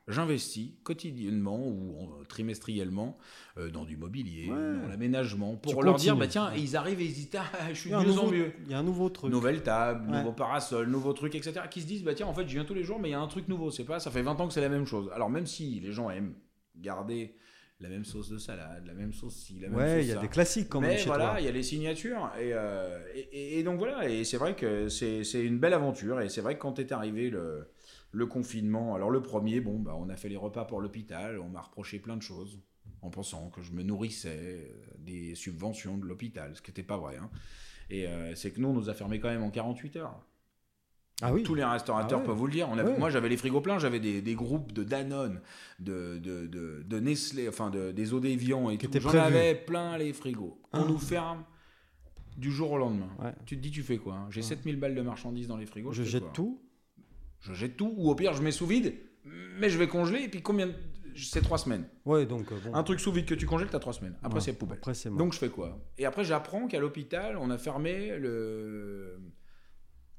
[SPEAKER 1] j'investis quotidiennement ou euh, trimestriellement euh, dans du mobilier,
[SPEAKER 2] Ouais.
[SPEAKER 1] dans l'aménagement, pour
[SPEAKER 2] Tu
[SPEAKER 1] leur
[SPEAKER 2] continues.
[SPEAKER 1] dire, bah, tiens, ils arrivent et ils disent, ah, je suis de
[SPEAKER 2] Il y a un
[SPEAKER 1] mieux en
[SPEAKER 2] nouveau,
[SPEAKER 1] mieux
[SPEAKER 2] il y a un nouveau truc.
[SPEAKER 1] nouvelle table,
[SPEAKER 2] Ouais.
[SPEAKER 1] nouveau parasol, nouveau truc, etc. Qui se disent, bah tiens, en fait, je viens tous les jours, mais il y a un truc nouveau. C'est pas, ça fait 20 ans que c'est la même chose. Alors même si les gens aiment garder la même sauce de salade, la même sauce ci, la même
[SPEAKER 2] Ouais,
[SPEAKER 1] sauce
[SPEAKER 2] il y a
[SPEAKER 1] ça.
[SPEAKER 2] des classiques quand même
[SPEAKER 1] mais
[SPEAKER 2] chez
[SPEAKER 1] voilà,
[SPEAKER 2] toi.
[SPEAKER 1] il y a les signatures. Et, euh, et- et- et donc voilà, et c'est vrai que c'est c'est une belle aventure. Et c'est vrai que quand est arrivé le, le confinement, alors le premier, bon, bah, on a fait les repas pour l'hôpital, on m'a reproché plein de choses en pensant que je me nourrissais euh, des subventions de l'hôpital, ce qui n'était pas vrai. hein. Et euh, c'est que nous, on nous a fermés quand même en 48 heures.
[SPEAKER 2] Ah oui.
[SPEAKER 1] Tous les restaurateurs
[SPEAKER 2] Ah ouais.
[SPEAKER 1] peuvent vous le dire. On avait-
[SPEAKER 2] Ouais.
[SPEAKER 1] Moi, j'avais les frigos pleins, j'avais des, des groupes de Danone, de, de, de, de Nestlé, enfin de- des eaux d'évian et
[SPEAKER 2] Qui
[SPEAKER 1] tout.
[SPEAKER 2] étaient
[SPEAKER 1] J'en
[SPEAKER 2] prévus.
[SPEAKER 1] avais plein les frigos. On
[SPEAKER 2] Ah.
[SPEAKER 1] nous ferme du jour au lendemain.
[SPEAKER 2] Ouais.
[SPEAKER 1] Tu te dis, tu fais quoi hein J'ai
[SPEAKER 2] Ouais.
[SPEAKER 1] 7000 balles de marchandises dans les frigos.
[SPEAKER 2] Je
[SPEAKER 1] fais
[SPEAKER 2] jette
[SPEAKER 1] quoi
[SPEAKER 2] tout.
[SPEAKER 1] Je jette tout, ou au pire, je mets sous vide, mais je vais congeler. Et puis combien de- C'est trois semaines.
[SPEAKER 2] Ouais, donc euh, bon.
[SPEAKER 1] Un truc sous vide que tu congèles, t'as trois semaines. Après,
[SPEAKER 2] Ouais.
[SPEAKER 1] c'est poubelle.
[SPEAKER 2] Après, c'est mort.
[SPEAKER 1] Donc je fais quoi Et après j'apprends qu'à l'hôpital, on a fermé le,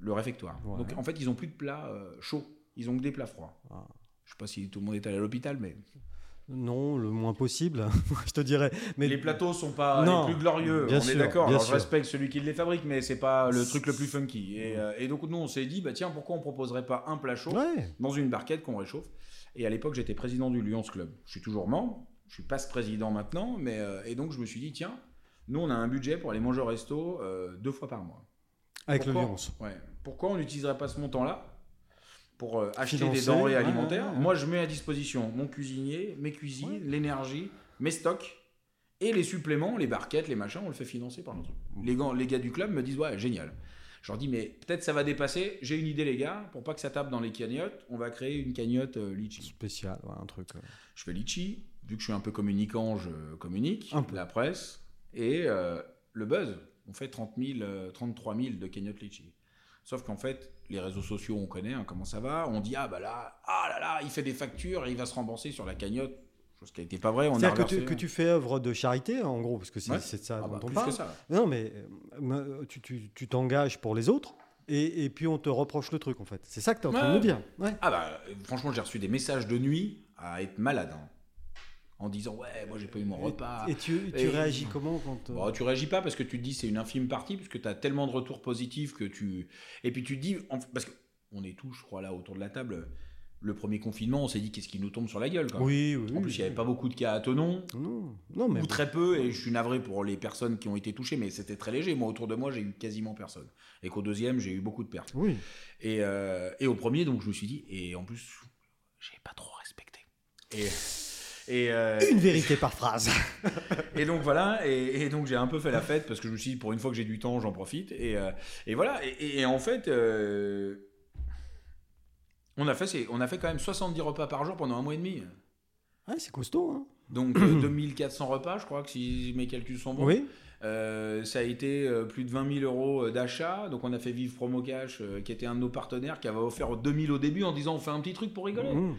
[SPEAKER 1] le réfectoire.
[SPEAKER 2] Ouais.
[SPEAKER 1] Donc en fait, ils ont plus de plats euh, chauds, ils ont que des plats froids.
[SPEAKER 2] Ah.
[SPEAKER 1] Je sais pas si tout le monde est allé à l'hôpital, mais,
[SPEAKER 2] Non, le moins possible, je te dirais. Mais
[SPEAKER 1] les plateaux sont pas
[SPEAKER 2] Non.
[SPEAKER 1] les plus glorieux.
[SPEAKER 2] Bien
[SPEAKER 1] on est
[SPEAKER 2] sûr,
[SPEAKER 1] d'accord.
[SPEAKER 2] bien
[SPEAKER 1] Alors, Je
[SPEAKER 2] sûr.
[SPEAKER 1] respecte celui qui les fabrique, mais c'est pas le truc le plus funky.
[SPEAKER 2] Mm.
[SPEAKER 1] Et, euh, et donc nous, on s'est dit, bah tiens, pourquoi on proposerait pas un plat chaud
[SPEAKER 2] Ouais.
[SPEAKER 1] dans une barquette qu'on réchauffe. Et à l'époque, j'étais président du Lyons Club. Je suis toujours membre, je suis pas ce président maintenant, mais euh, et donc je me suis dit tiens, nous on a un budget pour aller manger au resto euh, deux fois par mois.
[SPEAKER 2] Avec
[SPEAKER 1] Pourquoi
[SPEAKER 2] le Lyons.
[SPEAKER 1] Ouais. Pourquoi on n'utiliserait pas ce montant-là pour euh, acheter
[SPEAKER 2] Financer,
[SPEAKER 1] des denrées
[SPEAKER 2] ouais,
[SPEAKER 1] alimentaires
[SPEAKER 2] ouais, ouais.
[SPEAKER 1] Moi, je mets à disposition mon cuisinier, mes cuisines,
[SPEAKER 2] Ouais.
[SPEAKER 1] l'énergie, mes stocks. Et les suppléments, les barquettes, les machins, on le fait financer par notre.
[SPEAKER 2] Mm.
[SPEAKER 1] Les gars, les gars du club me disent ouais génial. Je leur dis mais peut-être ça va dépasser. J'ai une idée les gars, pour pas que ça tape dans les cagnottes, on va créer une cagnotte euh, litchi.
[SPEAKER 2] Spécial, ouais, un truc. euh.
[SPEAKER 1] Je fais litchi, vu que je suis un peu communicant, je euh, communique,
[SPEAKER 2] Un peu.
[SPEAKER 1] la presse et euh, le buzz. On fait 30 000, euh, 33 000 de cagnotte litchi. Sauf qu'en fait, les réseaux sociaux, on connaît hein, comment ça va. On dit ah bah là, ah là là, il fait des factures et il va se rembourser sur la cagnotte. Chose qui n'était pas vraie. On a
[SPEAKER 2] C'est-à-dire que tu,
[SPEAKER 1] reversé,
[SPEAKER 2] que
[SPEAKER 1] hein.
[SPEAKER 2] tu fais œuvre de charité, hein, en gros, parce que c'est
[SPEAKER 1] Ouais.
[SPEAKER 2] c'est de ça
[SPEAKER 1] Ah bah,
[SPEAKER 2] dont on
[SPEAKER 1] plus
[SPEAKER 2] parle.
[SPEAKER 1] que ça.
[SPEAKER 2] Non, mais euh, me- tu- tu tu t'engages pour les autres, et, et puis on te reproche le truc, en fait. C'est ça que tu es en train de
[SPEAKER 1] Ouais.
[SPEAKER 2] nous dire. Ouais.
[SPEAKER 1] Ah bah euh, franchement, j'ai reçu des messages de nuit à être malade hein, en disant ouais, moi j'ai pas eu mon
[SPEAKER 2] Et-
[SPEAKER 1] repas.
[SPEAKER 2] Et, tu, tu
[SPEAKER 1] Ah. Et-
[SPEAKER 2] réagis comment quand. euh,
[SPEAKER 1] Bon, Bah, tu réagis pas parce que tu te dis c'est une infime partie, parce que tu as tellement de retours positifs que tu. Et puis tu te dis, en- parce qu'on est tous, je crois, là autour de la table, le premier confinement, on s'est dit qu'est-ce qui nous tombe sur la gueule. Quoi.
[SPEAKER 2] Oui, oui.
[SPEAKER 1] en plus, il n'y avait pas beaucoup de cas à Tenon,
[SPEAKER 2] Non, non mais.
[SPEAKER 1] ou très peu, et je suis navré pour les personnes qui ont été touchées, mais c'était très léger. Moi, autour de moi, j'ai eu quasiment personne. Et qu'au deuxième, j'ai eu beaucoup de pertes.
[SPEAKER 2] Oui.
[SPEAKER 1] Et, euh, et au premier, donc je me suis dit, et en plus, j'ai pas trop respecté. Et. Et, euh,
[SPEAKER 2] Une vérité par phrase.
[SPEAKER 1] et donc voilà, et, et donc j'ai un peu fait la fête parce que je me suis dit pour une fois que j'ai du temps, j'en profite. Et, euh, et voilà, et, et- et en fait, euh, on, a fait, ces- on a fait quand même 70 repas par jour pendant un mois et demi.
[SPEAKER 2] Ouais, c'est costaud, hein.
[SPEAKER 1] Donc euh, 2400 repas, je crois que si mes calculs sont bons.
[SPEAKER 2] Oui.
[SPEAKER 1] Euh, ça a été euh, plus de 20 000 euros euh, d'achat. Donc on a fait vivre Promo Cash, euh, qui était un de nos partenaires, qui avait offert 2000 au début en disant on fait un petit truc pour rigoler.
[SPEAKER 2] Mmh.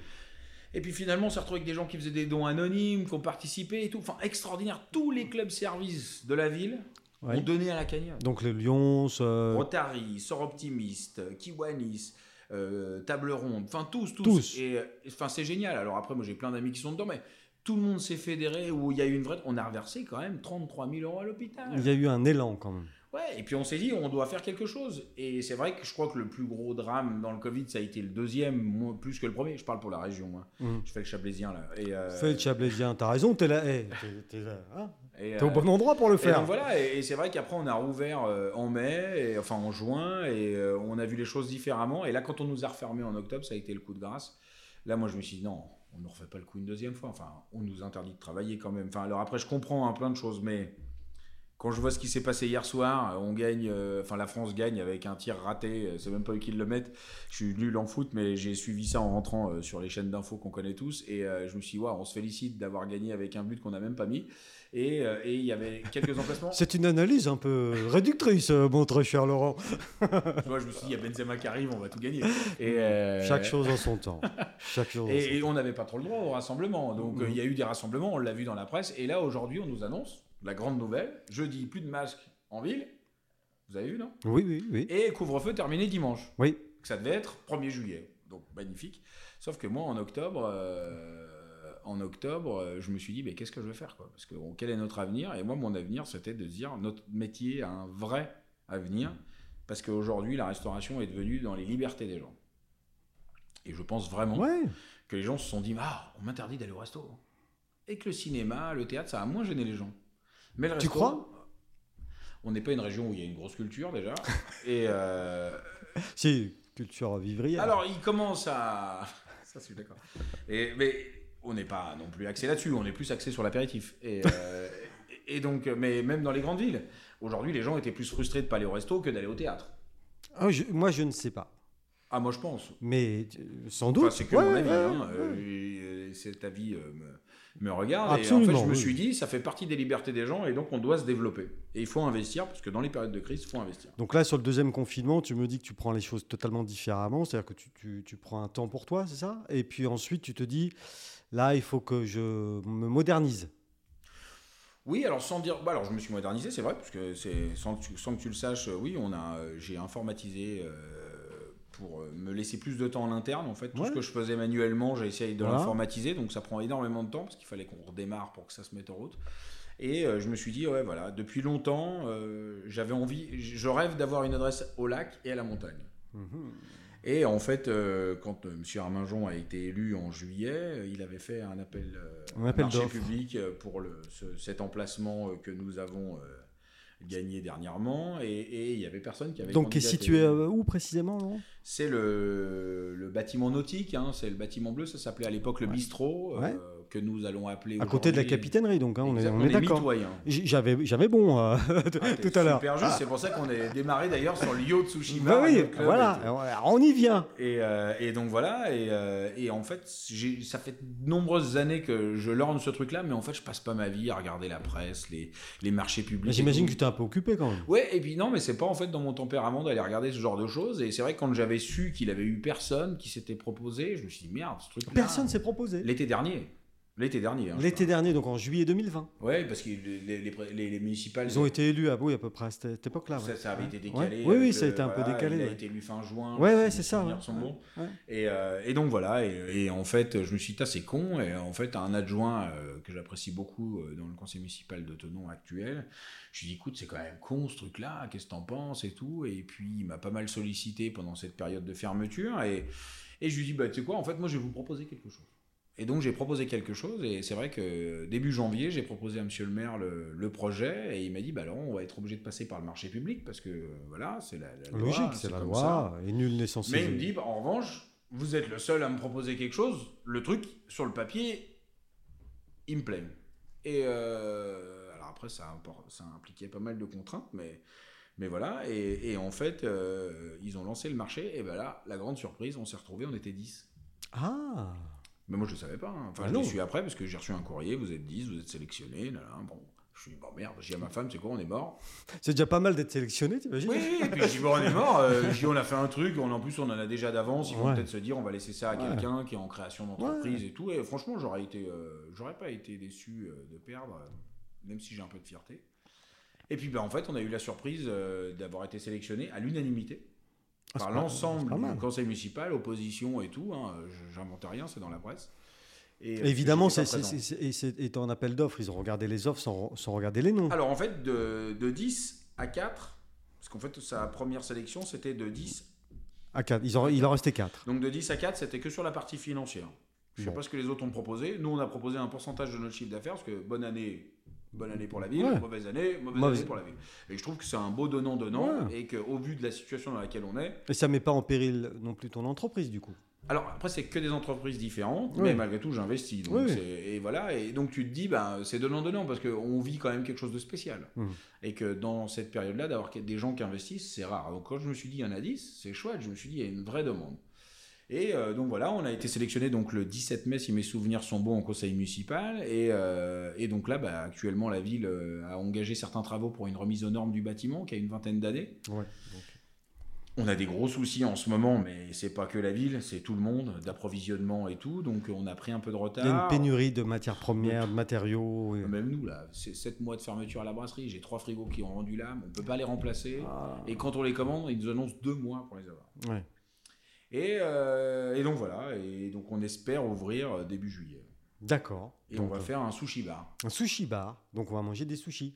[SPEAKER 1] Et puis finalement, on s'est retrouvé avec des gens qui faisaient des dons anonymes, qui ont participé et tout. Enfin, extraordinaire. Tous les clubs services de la ville
[SPEAKER 2] Ouais.
[SPEAKER 1] ont donné à la cagnotte.
[SPEAKER 2] Donc le Lyons. euh,
[SPEAKER 1] Rotary, Sort Optimiste, Kiwanis, euh, Table Ronde, enfin tous, tous.
[SPEAKER 2] Tous.
[SPEAKER 1] Et euh, enfin, c'est génial. Alors après, moi j'ai plein d'amis qui sont dedans, mais tout le monde s'est fédéré, où il y a eu une vraie. On a reversé quand même 33 000 euros à l'hôpital.
[SPEAKER 2] Il y a eu un élan quand même.
[SPEAKER 1] Ouais, et puis on s'est dit, on doit faire quelque chose. Et c'est vrai que je crois que le plus gros drame dans le Covid, ça a été le deuxième, moins- plus que le premier. Je parle pour la région. hein.
[SPEAKER 2] Mhm.
[SPEAKER 1] Je fais le chablaisien, là. Et, euh,
[SPEAKER 2] Fais le chablaisien, t'as raison, t'es là. eh, t'es- t'es là, hein,
[SPEAKER 1] et,
[SPEAKER 2] t'es au
[SPEAKER 1] euh,
[SPEAKER 2] bon endroit pour le
[SPEAKER 1] Et
[SPEAKER 2] faire.
[SPEAKER 1] donc voilà, et, et c'est vrai qu'après on a rouvert euh, en mai, et, enfin en juin, et euh, on a vu les choses différemment. Et là, quand on nous a refermé en octobre, ça a été le coup de grâce. Là, moi, je me suis dit non, on ne refait pas le coup une deuxième fois. Enfin, on nous interdit de travailler quand même. Enfin, alors après, je comprends hein, plein de choses, mais quand je vois ce qui s'est passé hier soir, on gagne, euh, enfin la France gagne avec un tir raté. euh, C'est même pas eux qui le mettent. Je suis nul en foot, mais j'ai suivi ça en rentrant euh, sur les chaînes d'infos qu'on connaît tous, et euh, je me suis dit, waouh, on se félicite d'avoir gagné avec un but qu'on n'a même pas mis. Et euh, et il y avait quelques emplacements.
[SPEAKER 2] C'est une analyse un peu réductrice, euh, mon très cher Laurent.
[SPEAKER 1] Tu vois, je me suis dit, il y a Benzema qui arrive, on va tout gagner. Et, euh,
[SPEAKER 2] Chaque chose en son temps. Chaque chose. en son
[SPEAKER 1] Et, et on n'avait pas trop le droit au rassemblement. Donc, euh,
[SPEAKER 2] Mhm.
[SPEAKER 1] il y a eu des rassemblements, on l'a vu dans la presse. Et là, aujourd'hui, on nous annonce la grande nouvelle. Jeudi, plus de masques en ville. Vous avez vu, non
[SPEAKER 2] temps. Oui, oui, oui.
[SPEAKER 1] Et couvre-feu terminé dimanche.
[SPEAKER 2] Oui.
[SPEAKER 1] Donc, Ça devait être 1er juillet. Donc, magnifique. Sauf que moi, en octobre, euh, en octobre euh, je me suis dit, mais qu'est-ce que je vais faire quoi Parce que bon, quel est notre avenir Et moi, mon avenir, c'était de dire, notre métier a un vrai avenir. Parce qu'aujourd'hui, la restauration est devenue dans les libertés des gens. Et je pense vraiment
[SPEAKER 2] Ouais.
[SPEAKER 1] que les gens se sont dit, ah, on m'interdit d'aller au resto. Et que le cinéma, le théâtre, ça a moins gêné les gens. Mais le
[SPEAKER 2] Tu
[SPEAKER 1] resto,
[SPEAKER 2] crois
[SPEAKER 1] On n'est pas une région où il y a une grosse culture déjà. Et euh,
[SPEAKER 2] Si, culture vivrière.
[SPEAKER 1] alors, il commence à. Ça, je suis d'accord. Et, mais on n'est pas non plus axé là-dessus, on est plus axé sur l'apéritif. Et, euh, et donc, mais même dans les grandes villes, aujourd'hui, les gens étaient plus frustrés de pas aller au resto que d'aller au théâtre.
[SPEAKER 2] Ah, je- moi, je ne sais pas.
[SPEAKER 1] Ah, moi, je pense.
[SPEAKER 2] Mais euh, sans doute.
[SPEAKER 1] Enfin, c'est que
[SPEAKER 2] Ouais,
[SPEAKER 1] mon avis.
[SPEAKER 2] ouais,
[SPEAKER 1] hein.
[SPEAKER 2] ouais.
[SPEAKER 1] Euh, et cet avis euh, me, me regarde. et en
[SPEAKER 2] Absolument,
[SPEAKER 1] fait, je me
[SPEAKER 2] oui.
[SPEAKER 1] suis dit, ça fait partie des libertés des gens et donc on doit se développer. Et il faut investir, parce que dans les périodes de crise, il faut investir.
[SPEAKER 2] Donc là, sur le deuxième confinement, tu me dis que tu prends les choses totalement différemment, c'est-à-dire que tu, tu- tu prends un temps pour toi, c'est ça Et puis ensuite, tu te dis, là, il faut que je me modernise.
[SPEAKER 1] Oui, alors sans dire, bah, alors je me suis modernisé, c'est vrai, parce que c'est sans, que tu- sans que tu le saches, euh, oui, on a, euh, j'ai informatisé euh, pour euh, me laisser plus de temps en interne. En fait, tout
[SPEAKER 2] Ouais.
[SPEAKER 1] ce que je faisais manuellement, j'ai essayé de
[SPEAKER 2] Voilà.
[SPEAKER 1] l'informatiser, donc ça prend énormément de temps parce qu'il fallait qu'on redémarre pour que ça se mette en route. Et euh, je me suis dit, ouais, voilà, depuis longtemps, euh, j'avais envie, je rêve d'avoir une adresse au lac et à la montagne. Mhm. Et en fait, euh, quand euh, M. Arminjon a été élu en juillet, euh, il avait fait un appel, euh,
[SPEAKER 2] Un appel
[SPEAKER 1] marché
[SPEAKER 2] d'offres.
[SPEAKER 1] public euh, pour le, ce- cet emplacement euh, que nous avons euh, gagné dernièrement. Et- Et il n'y avait personne qui avait.
[SPEAKER 2] Donc, qui est
[SPEAKER 1] candidaté.
[SPEAKER 2] situé euh, où précisément, Laurent
[SPEAKER 1] C'est le, le bâtiment nautique, hein, c'est le bâtiment bleu, ça s'appelait à l'époque le
[SPEAKER 2] Ouais.
[SPEAKER 1] bistrot, euh,
[SPEAKER 2] Ouais,
[SPEAKER 1] que nous allons appeler.
[SPEAKER 2] À côté de la
[SPEAKER 1] aujourd'hui-
[SPEAKER 2] capitainerie, donc hein, on est,
[SPEAKER 1] Exact,
[SPEAKER 2] on est d'accord.
[SPEAKER 1] mitoyens.
[SPEAKER 2] J- J'avais j'avais bon euh,
[SPEAKER 1] Ah, t'es
[SPEAKER 2] tout à l'heure.
[SPEAKER 1] Super juste, c'est pour ça qu'on est démarré d'ailleurs sur le yacht Tsushima.
[SPEAKER 2] Bah oui,
[SPEAKER 1] le club et
[SPEAKER 2] voilà,
[SPEAKER 1] tout.
[SPEAKER 2] alors, on y vient.
[SPEAKER 1] Et, euh, et donc voilà, et, euh, et en fait, j'ai- ça fait de nombreuses années que je lorne ce truc-là, mais en fait, je passe pas ma vie à regarder la presse, les, les marchés publics.
[SPEAKER 2] Bah, J'imagine
[SPEAKER 1] et
[SPEAKER 2] que
[SPEAKER 1] tout.
[SPEAKER 2] tu t'es un peu occupé quand même.
[SPEAKER 1] Ouais, et puis non, mais c'est pas en fait dans mon tempérament d'aller regarder ce genre de choses. Et c'est vrai que quand j'avais su qu'il avait eu personne qui s'était proposé, je me suis dit merde, ce truc-là.
[SPEAKER 2] Personne s'est proposé.
[SPEAKER 1] L'été dernier. L'été dernier. hein, je
[SPEAKER 2] L'été
[SPEAKER 1] parle.
[SPEAKER 2] dernier, donc en juillet 2020.
[SPEAKER 1] Ouais, parce que les, les, les- les municipales.
[SPEAKER 2] Ils ont été élus à, oui, à peu près à cette cette époque-là.
[SPEAKER 1] Ça,
[SPEAKER 2] ouais.
[SPEAKER 1] ça avait été
[SPEAKER 2] Ouais.
[SPEAKER 1] décalé.
[SPEAKER 2] Oui, oui,
[SPEAKER 1] avec,
[SPEAKER 2] ça a été
[SPEAKER 1] euh,
[SPEAKER 2] un peu
[SPEAKER 1] voilà,
[SPEAKER 2] décalé.
[SPEAKER 1] Il a
[SPEAKER 2] ouais.
[SPEAKER 1] été élu fin juin.
[SPEAKER 2] Ouais,
[SPEAKER 1] si
[SPEAKER 2] ouais,
[SPEAKER 1] mes
[SPEAKER 2] c'est ça,
[SPEAKER 1] souvenirs
[SPEAKER 2] ouais.
[SPEAKER 1] sont bons.
[SPEAKER 2] Ouais.
[SPEAKER 1] Et, euh, et donc voilà, et, et en fait, je me suis dit, Ah, c'est con. Et en fait, un adjoint euh, que j'apprécie beaucoup euh, dans le conseil municipal de Tenon actuel, je lui ai dit, écoute, c'est quand même con ce truc-là, qu'est-ce que t'en penses et tout. Et puis, il m'a pas mal sollicité pendant cette période de fermeture. Et, et je lui ai dit, bah, tu sais quoi, en fait, moi, je vais vous proposer quelque chose. Et donc j'ai proposé quelque chose, et c'est vrai que euh, début janvier, j'ai proposé à monsieur le maire le, le projet, et il m'a dit, bah alors on va être obligé de passer par le marché public, parce que euh, voilà, c'est la, la loi,
[SPEAKER 2] Logique, c'est la
[SPEAKER 1] comme
[SPEAKER 2] loi,
[SPEAKER 1] ça.
[SPEAKER 2] et nul n'est censé.
[SPEAKER 1] Mais il me dit, bah, en revanche, vous êtes le seul à me proposer quelque chose. Le truc, sur le papier, il me plaît. Et euh, alors après, ça, impor- ça impliquait pas mal de contraintes, mais, mais voilà. Et, et en fait, euh, ils ont lancé le marché, et ben là, la grande surprise, on s'est retrouvés, on était 10.
[SPEAKER 2] Ah
[SPEAKER 1] Mais moi, je ne savais pas. hein. Enfin,
[SPEAKER 2] Ah
[SPEAKER 1] je
[SPEAKER 2] non.
[SPEAKER 1] l'ai su après, parce que j'ai reçu un courrier, vous êtes 10, vous êtes sélectionnés, là, là, bon. Je suis dit, bon merde, j'ai dit à ma femme, c'est quoi, on est mort
[SPEAKER 2] C'est déjà pas mal d'être sélectionné, t'imagines Ah,
[SPEAKER 1] Oui, oui, et puis je dis, bon, on est mort. euh, je dis, on a fait un truc. On, en plus, on en a déjà d'avance. Ils vont
[SPEAKER 2] Ouais.
[SPEAKER 1] peut-être se dire, on va laisser ça à
[SPEAKER 2] Ouais.
[SPEAKER 1] quelqu'un qui est en création d'entreprise et tout. Et franchement, j'aurais été, euh, j'aurais pas été déçu euh, de perdre, euh, même si j'ai un peu de fierté. Et puis, bah, en fait, on a eu la surprise euh, d'avoir été sélectionné à l'unanimité
[SPEAKER 2] Ah, c'est
[SPEAKER 1] par
[SPEAKER 2] pas- c'est
[SPEAKER 1] l'ensemble
[SPEAKER 2] pas mal.
[SPEAKER 1] du conseil municipal, opposition et tout. Hein, Je- J'invente rien, c'est dans la presse. Et, euh,
[SPEAKER 2] Évidemment,
[SPEAKER 1] que j'étais
[SPEAKER 2] c'est
[SPEAKER 1] pas présent.
[SPEAKER 2] c'est- c'est- et c'est- et en appel d'offres. Ils ont regardé les offres sans, sans regarder les noms.
[SPEAKER 1] Alors en fait, de, de 10 à 4, parce qu'en fait, sa première sélection, c'était de 10.
[SPEAKER 2] À quatre. Ils en- il en restait 4.
[SPEAKER 1] Donc de 10 à 4, c'était que sur la partie financière. Je ne sais
[SPEAKER 2] Bon.
[SPEAKER 1] pas ce que les autres ont proposé. Nous, on a proposé un pourcentage de notre chiffre d'affaires, parce que bonne année, bonne année pour la ville,
[SPEAKER 2] Ouais.
[SPEAKER 1] mauvaise année, mauvaise,
[SPEAKER 2] Mauvaise-
[SPEAKER 1] année pour la ville. Et je trouve que c'est un beau donnant-donnant,
[SPEAKER 2] Ouais.
[SPEAKER 1] et qu'au vu de la situation dans laquelle on est,
[SPEAKER 2] Et ça met pas en péril non plus ton entreprise, du coup.
[SPEAKER 1] Alors après c'est que des entreprises différentes,
[SPEAKER 2] Oui.
[SPEAKER 1] mais malgré tout j'investis. donc
[SPEAKER 2] Oui.
[SPEAKER 1] c'est- Et voilà, et donc tu te dis bah c'est donnant donnant parce qu'on vit quand même quelque chose de spécial.
[SPEAKER 2] Mhm.
[SPEAKER 1] Et que dans cette période-là, d'avoir des gens qui investissent, c'est rare. Donc quand je me suis dit il y en a 10, c'est chouette, je me suis dit il y a une vraie demande. Et euh, donc voilà, on a été sélectionné donc le 17 mai si mes souvenirs sont bons en conseil municipal. Et, euh, et donc là, bah, actuellement la ville euh, a engagé certains travaux pour une remise aux normes du bâtiment qui a une vingtaine d'années.
[SPEAKER 2] Ouais.
[SPEAKER 1] On a des gros soucis en ce moment, mais c'est pas que la ville, c'est tout le monde, d'approvisionnement et tout. Donc euh, on a pris un peu de
[SPEAKER 2] Il
[SPEAKER 1] retard.
[SPEAKER 2] y a une pénurie de matières premières, de matériaux. et-
[SPEAKER 1] Même nous, là, c'est 7 mois de fermeture à la brasserie. J'ai trois frigos qui ont rendu l'âme, on peut pas les remplacer.
[SPEAKER 2] Ah.
[SPEAKER 1] Et quand on les commande, ils nous annoncent deux mois pour les avoir.
[SPEAKER 2] Ouais.
[SPEAKER 1] Et, euh, et donc voilà, et donc on espère ouvrir euh, début juillet.
[SPEAKER 2] D'accord.
[SPEAKER 1] Et
[SPEAKER 2] Donc,
[SPEAKER 1] on va
[SPEAKER 2] euh,
[SPEAKER 1] faire un sushi bar.
[SPEAKER 2] un sushi bar. Donc on va manger des sushis.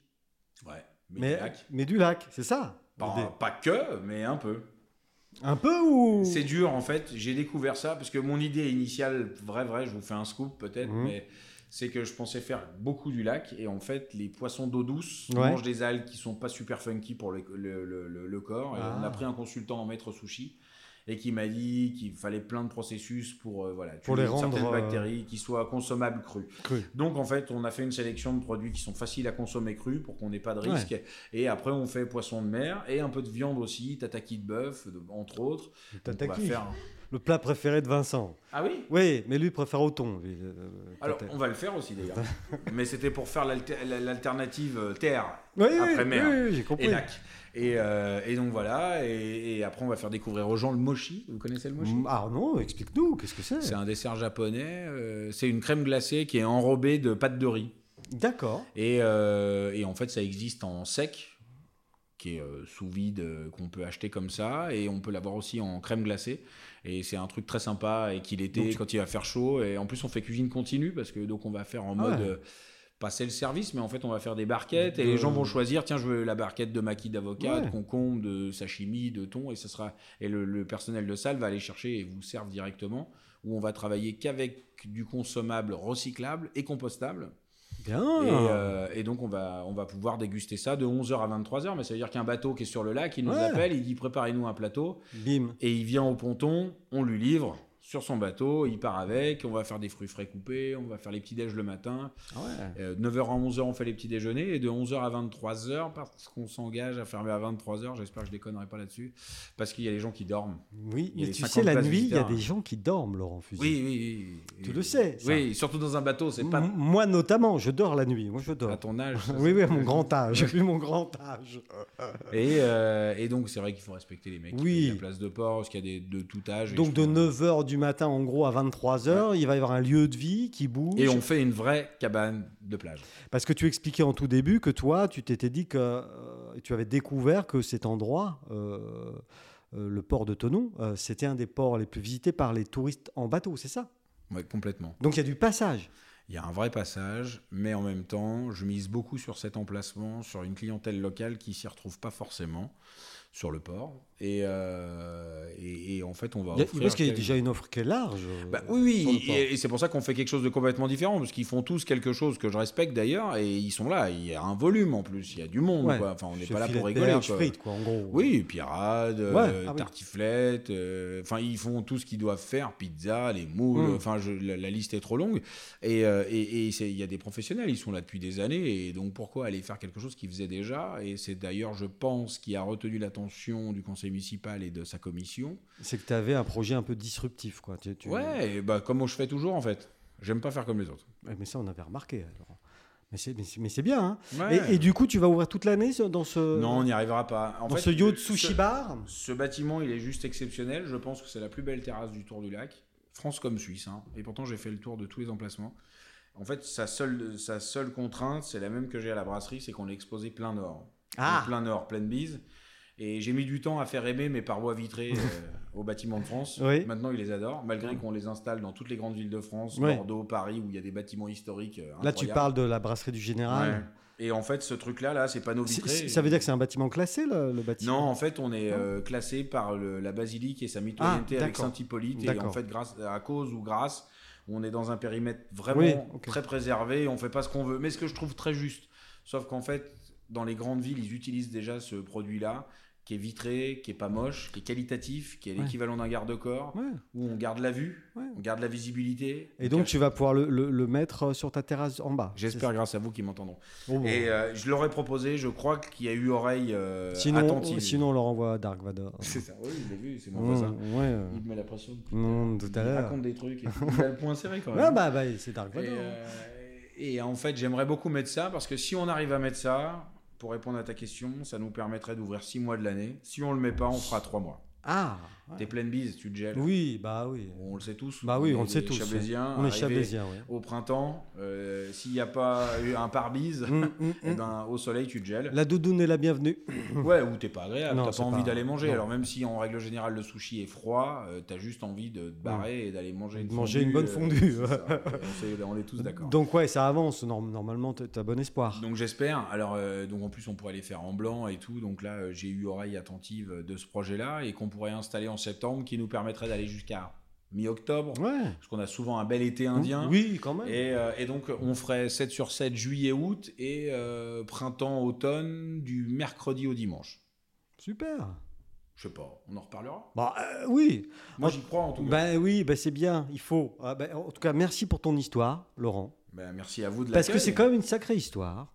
[SPEAKER 1] Ouais. Mais,
[SPEAKER 2] Mais,
[SPEAKER 1] lac. Bah.
[SPEAKER 2] mais du lac, c'est ça
[SPEAKER 1] Pas-
[SPEAKER 2] l'idée.
[SPEAKER 1] pas que, mais un peu.
[SPEAKER 2] Un peu ou
[SPEAKER 1] C'est dur en fait, j'ai découvert ça parce que mon idée initiale, vrai vrai, je vous fais un scoop peut-être,
[SPEAKER 2] Mhm.
[SPEAKER 1] mais c'est que je pensais faire beaucoup du lac et en fait les poissons d'eau douce
[SPEAKER 2] Ouais.
[SPEAKER 1] mangent des algues qui sont pas super funky pour le, le- le- le- le corps. Et
[SPEAKER 2] Ah.
[SPEAKER 1] on a pris un consultant en maître sushi et qui m'a dit qu'il fallait plein de processus pour euh, voilà tuer
[SPEAKER 2] Pour les rendre,
[SPEAKER 1] certaines
[SPEAKER 2] euh,
[SPEAKER 1] bactéries qui soient consommables crues.
[SPEAKER 2] Cru.
[SPEAKER 1] Donc en fait, on a fait une sélection de produits qui sont faciles à consommer crus pour qu'on n'ait pas de
[SPEAKER 2] Ouais.
[SPEAKER 1] risque. Et après, on fait poisson de mer et un peu de viande aussi, tataki de bœuf de- entre autres.
[SPEAKER 2] Le
[SPEAKER 1] Donc,
[SPEAKER 2] tataki.
[SPEAKER 1] On va faire un-
[SPEAKER 2] Le plat préféré de Vincent.
[SPEAKER 1] ah oui
[SPEAKER 2] Oui, mais lui préfère au thon. lui, euh,
[SPEAKER 1] Alors,
[SPEAKER 2] peut-être.
[SPEAKER 1] on va le faire aussi d'ailleurs. Mais c'était pour faire l'alter- la- l'alternative euh, terre
[SPEAKER 2] Oui, oui,
[SPEAKER 1] après
[SPEAKER 2] oui,
[SPEAKER 1] mer.
[SPEAKER 2] oui, oui, j'ai
[SPEAKER 1] et
[SPEAKER 2] compris.
[SPEAKER 1] lac. Et, euh, et donc voilà, et, et après on va faire découvrir aux gens le mochi. Vous connaissez le mochi
[SPEAKER 2] Mm, Ah non, explique-nous, qu'est-ce que c'est
[SPEAKER 1] C'est un dessert japonais. euh, c'est une crème glacée qui est enrobée de pâte de riz.
[SPEAKER 2] D'accord.
[SPEAKER 1] Et, euh, et en fait, ça existe en sec, qui est euh, sous vide, euh, qu'on peut acheter comme ça. Et on peut l'avoir aussi en crème glacée. Et c'est un truc très sympa. Et qu'il était
[SPEAKER 2] Donc tu-
[SPEAKER 1] quand il va faire chaud. Et en plus, on fait cuisine continue parce que donc on va faire en
[SPEAKER 2] Ah ouais.
[SPEAKER 1] mode. euh, passer le service, mais en fait, on va faire des barquettes et
[SPEAKER 2] De-
[SPEAKER 1] les gens vont choisir. Tiens, je veux la barquette de maquis d'avocat,
[SPEAKER 2] Ouais.
[SPEAKER 1] de concombre, de sashimi, de thon, et ça sera. Et le, le personnel de salle va aller chercher et vous serve directement. Où on va travailler qu'avec du consommable recyclable et compostable.
[SPEAKER 2] Bien.
[SPEAKER 1] Et, euh, et donc, on va, on va pouvoir déguster ça de 11h à 23h. Mais ça veut dire qu'un bateau qui est sur le lac, il nous
[SPEAKER 2] Ouais.
[SPEAKER 1] appelle, il dit préparez-nous un plateau.
[SPEAKER 2] Bim.
[SPEAKER 1] Et il vient au ponton, on lui livre sur son bateau, il part avec. On va faire des fruits frais coupés, on va faire les petits-déj le matin.
[SPEAKER 2] Ah ouais.
[SPEAKER 1] Euh, de 9h à 11h, on fait les petits déjeuners. Et de 11h à 23h, parce qu'on s'engage à fermer à 23h, j'espère que je déconnerai pas là-dessus, parce qu'il y a les gens qui dorment.
[SPEAKER 2] Oui,
[SPEAKER 1] Il y a
[SPEAKER 2] mais
[SPEAKER 1] les
[SPEAKER 2] tu sais,
[SPEAKER 1] 50
[SPEAKER 2] la
[SPEAKER 1] places
[SPEAKER 2] nuit, il y a
[SPEAKER 1] visiteurs,
[SPEAKER 2] des
[SPEAKER 1] hein.
[SPEAKER 2] gens qui dorment, Laurent Fusil.
[SPEAKER 1] Oui, oui, oui.
[SPEAKER 2] Tu
[SPEAKER 1] Et-
[SPEAKER 2] le sais, ça. Mmh.
[SPEAKER 1] Oui, surtout dans un bateau, c'est
[SPEAKER 2] M-
[SPEAKER 1] pas
[SPEAKER 2] Moi notamment, je dors la nuit. Moi, je
[SPEAKER 1] à
[SPEAKER 2] dors.
[SPEAKER 1] ton âge. ça,
[SPEAKER 2] Oui, oui,
[SPEAKER 1] c'est-
[SPEAKER 2] à mon grand âge. J'ai mon grand âge.
[SPEAKER 1] Et, euh, et donc, c'est vrai qu'il faut respecter les mecs.
[SPEAKER 2] Oui.
[SPEAKER 1] Il y a place de port, parce qu'il y a des, de tout âge. et je
[SPEAKER 2] Donc de
[SPEAKER 1] trouve-
[SPEAKER 2] 9h du matin en gros à 23h, il va y avoir un lieu de vie qui bouge.
[SPEAKER 1] Et on fait une vraie cabane de plage.
[SPEAKER 2] Parce que tu expliquais en tout début que toi, tu t'étais dit que euh, tu avais découvert que cet endroit, euh, euh, le port de Tonon, euh, c'était un des ports les plus visités par les touristes en bateau, c'est ça
[SPEAKER 1] Ouais, complètement.
[SPEAKER 2] Donc il y a du passage.
[SPEAKER 1] Il y a un vrai passage, mais en même temps, je mise beaucoup sur cet emplacement, sur une clientèle locale qui s'y retrouve pas forcément sur le port. Et, euh, et, et en fait, on va.
[SPEAKER 2] Il y a-
[SPEAKER 1] offrir
[SPEAKER 2] parce qu'il y a
[SPEAKER 1] quel-
[SPEAKER 2] déjà une offre qui est large. euh,
[SPEAKER 1] Bah oui, oui,
[SPEAKER 2] sur le port.
[SPEAKER 1] et, et c'est pour ça qu'on fait quelque chose de complètement différent, parce qu'ils font tous quelque chose que je respecte d'ailleurs, et ils sont là. Il y a un volume en plus, il y a du monde.
[SPEAKER 2] Ouais.
[SPEAKER 1] quoi. Enfin, on n'est
[SPEAKER 2] Ce
[SPEAKER 1] pas là
[SPEAKER 2] filet
[SPEAKER 1] pour
[SPEAKER 2] de
[SPEAKER 1] rigoler.
[SPEAKER 2] perche
[SPEAKER 1] quoi.
[SPEAKER 2] frite, quoi, en gros.
[SPEAKER 1] Oui, pirades,
[SPEAKER 2] Ouais, ah oui.
[SPEAKER 1] tartiflettes, euh, enfin ils font tout ce qu'ils doivent faire, pizza, les moules,
[SPEAKER 2] Mm.
[SPEAKER 1] enfin je- la, la liste est trop longue. Et euh, et- et c'est- il y a des professionnels, ils sont là depuis des années, et donc pourquoi aller faire quelque chose qu'ils faisaient déjà Et c'est d'ailleurs, je pense, qui a retenu l'attention du conseil municipal et de sa commission.
[SPEAKER 2] C'est que tu avais un projet un peu disruptif. Quoi. Tu- tu-
[SPEAKER 1] Ouais, et bah, comme je fais toujours en fait. J'aime pas faire comme les autres.
[SPEAKER 2] Ouais, Mais ça, on avait remarqué. euh, Laurent. Mais c'est- mais c'est mais c'est bien. hein.
[SPEAKER 1] Ouais.
[SPEAKER 2] Et, et du coup, tu vas ouvrir toute l'année ce- dans ce,
[SPEAKER 1] non, on n'y arrivera pas. En
[SPEAKER 2] dans
[SPEAKER 1] fait,
[SPEAKER 2] ce yacht
[SPEAKER 1] ce-
[SPEAKER 2] sushi bar
[SPEAKER 1] Ce bâtiment, il est juste exceptionnel. Je pense que c'est la plus belle terrasse du Tour du Lac, France comme Suisse. hein. Et pourtant, j'ai fait le tour de tous les emplacements. En fait, sa seule, sa
[SPEAKER 2] Ah.
[SPEAKER 1] seule contrainte, c'est la même que j'ai à la brasserie, c'est qu'on est exposé plein nord. Donc, plein nord, pleine bise. Et j'ai mis du temps à faire aimer mes parois vitrées euh, aux bâtiments de France.
[SPEAKER 2] Oui. Ah.
[SPEAKER 1] Maintenant, ils les adorent, malgré qu'on les installe dans toutes les grandes villes de France,
[SPEAKER 2] Oui.
[SPEAKER 1] Bordeaux, Paris, où il y a des bâtiments historiques. euh,
[SPEAKER 2] Là, tu
[SPEAKER 1] incroyables.
[SPEAKER 2] parles de la brasserie du Général.
[SPEAKER 1] Ouais. euh. Et en fait, ce truc-là, là, c'est panneau
[SPEAKER 2] C'est-
[SPEAKER 1] vitré.
[SPEAKER 2] c'est- ça veut dire que c'est un bâtiment classé, le, le bâtiment
[SPEAKER 1] Non, en fait, on est
[SPEAKER 2] Non.
[SPEAKER 1] euh, classé par le- la basilique et sa mitoyenneté
[SPEAKER 2] Ah,
[SPEAKER 1] avec
[SPEAKER 2] d'accord.
[SPEAKER 1] Saint-Hippolyte. Et
[SPEAKER 2] D'accord.
[SPEAKER 1] en fait, grâce, à cause ou grâce, on est dans un périmètre vraiment
[SPEAKER 2] Oui, ok.
[SPEAKER 1] très préservé. On fait pas ce qu'on veut. Mais ce que je trouve très juste, sauf qu'en fait, dans les grandes villes, ils utilisent déjà ce produit-là qui est vitré, qui est pas moche, qui est qualitatif, qui est
[SPEAKER 2] Ouais.
[SPEAKER 1] l'équivalent d'un garde-corps,
[SPEAKER 2] Ouais.
[SPEAKER 1] où on garde la vue,
[SPEAKER 2] Ouais.
[SPEAKER 1] on garde la visibilité.
[SPEAKER 2] Et donc, tu vas pouvoir le, le- le mettre euh, sur ta terrasse en bas.
[SPEAKER 1] J'espère grâce à vous qu'ils m'entendront.
[SPEAKER 2] C'est- bon, bon.
[SPEAKER 1] Et euh, je l'aurais proposé, je crois qu'il y a eu oreille euh,
[SPEAKER 2] sinon,
[SPEAKER 1] attentive.
[SPEAKER 2] on, sinon, on leur envoie à Dark Vador.
[SPEAKER 1] C'est ça, oui, je l'ai vu, c'est mon
[SPEAKER 2] Ouais,
[SPEAKER 1] voisin.
[SPEAKER 2] ouais, euh,
[SPEAKER 1] Il me met la pression.
[SPEAKER 2] non, tout à
[SPEAKER 1] Il
[SPEAKER 2] l'heure.
[SPEAKER 1] raconte des trucs. et Il a le point serré quand même.
[SPEAKER 2] Ah, bah, bah, c'est Dark
[SPEAKER 1] et,
[SPEAKER 2] Vador.
[SPEAKER 1] euh, et en fait, j'aimerais beaucoup mettre ça parce que si on arrive à mettre ça, pour répondre à ta question, ça nous permettrait d'ouvrir 6 mois de l'année. Si on le met pas, on fera 3 mois.
[SPEAKER 2] Ah, ouais.
[SPEAKER 1] T'es pleine bise, tu te gèles.
[SPEAKER 2] oui, bah oui.
[SPEAKER 1] On le sait tous.
[SPEAKER 2] Bah oui, on le
[SPEAKER 1] est
[SPEAKER 2] sait tous.
[SPEAKER 1] Chablaisiens,
[SPEAKER 2] On est
[SPEAKER 1] Ah,
[SPEAKER 2] hein,
[SPEAKER 1] arrivé
[SPEAKER 2] chablaisien, ouais.
[SPEAKER 1] Au printemps, euh, s'il n'y a pas eu un pare-bise,
[SPEAKER 2] Hum, hum,
[SPEAKER 1] eh
[SPEAKER 2] hum.
[SPEAKER 1] ben, au soleil, tu te gèles.
[SPEAKER 2] La doudoune est la bienvenue.
[SPEAKER 1] Ouais, ou t'es pas agréable,
[SPEAKER 2] Non,
[SPEAKER 1] t'as
[SPEAKER 2] c'est
[SPEAKER 1] pas envie
[SPEAKER 2] pas-
[SPEAKER 1] d'aller manger.
[SPEAKER 2] non.
[SPEAKER 1] Alors même si en règle générale le sushi est froid, euh, t'as juste envie de te barrer et d'aller manger une
[SPEAKER 2] De Mm. manger une bonne
[SPEAKER 1] euh,
[SPEAKER 2] fondue.
[SPEAKER 1] c'est ça. on, s'est- on est tous d'accord.
[SPEAKER 2] Donc ouais, ça avance. Norm- normalement, t'as t'as bon espoir.
[SPEAKER 1] Donc j'espère. Alors euh, donc en plus on pourrait les faire en blanc et tout. Donc là euh, j'ai eu oreille attentive de ce projet-là et qu'on pourrait installer en septembre, qui nous permettrait d'aller jusqu'à mi-octobre,
[SPEAKER 2] Ouais.
[SPEAKER 1] parce qu'on a souvent un bel été indien.
[SPEAKER 2] Oui, quand même.
[SPEAKER 1] Et, euh, et donc on ferait 7 sur 7 juillet août et euh, printemps automne du mercredi au dimanche.
[SPEAKER 2] Super.
[SPEAKER 1] Je sais pas, on en reparlera.
[SPEAKER 2] Bah euh, oui.
[SPEAKER 1] Moi j'y crois en tout cas.
[SPEAKER 2] Bah oui, bah c'est bien. Il faut. Ah, bah, en tout cas, merci pour ton histoire, Laurent.
[SPEAKER 1] Ben, merci à vous de la
[SPEAKER 2] Parce que c'est quand même une sacrée histoire.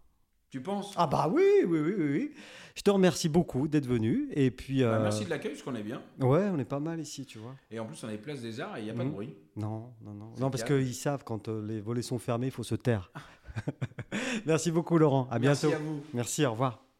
[SPEAKER 1] Tu penses
[SPEAKER 2] Ah bah oui, oui, oui, oui. oui. Je te remercie beaucoup d'être venu. Et puis.
[SPEAKER 1] Ben,
[SPEAKER 2] euh,
[SPEAKER 1] Merci de l'accueil, parce qu'on est bien.
[SPEAKER 2] Ouais, on est pas mal ici, tu vois.
[SPEAKER 1] Et en plus, on est place des arts et il n'y a pas de
[SPEAKER 2] Mhm.
[SPEAKER 1] bruit.
[SPEAKER 2] Non, non, non.
[SPEAKER 1] C'est
[SPEAKER 2] Non, parce
[SPEAKER 1] calme.
[SPEAKER 2] qu'ils savent quand euh, les volets sont fermés, il faut se taire. merci beaucoup, Laurent. À bientôt.
[SPEAKER 1] Merci à vous.
[SPEAKER 2] Merci. Au revoir.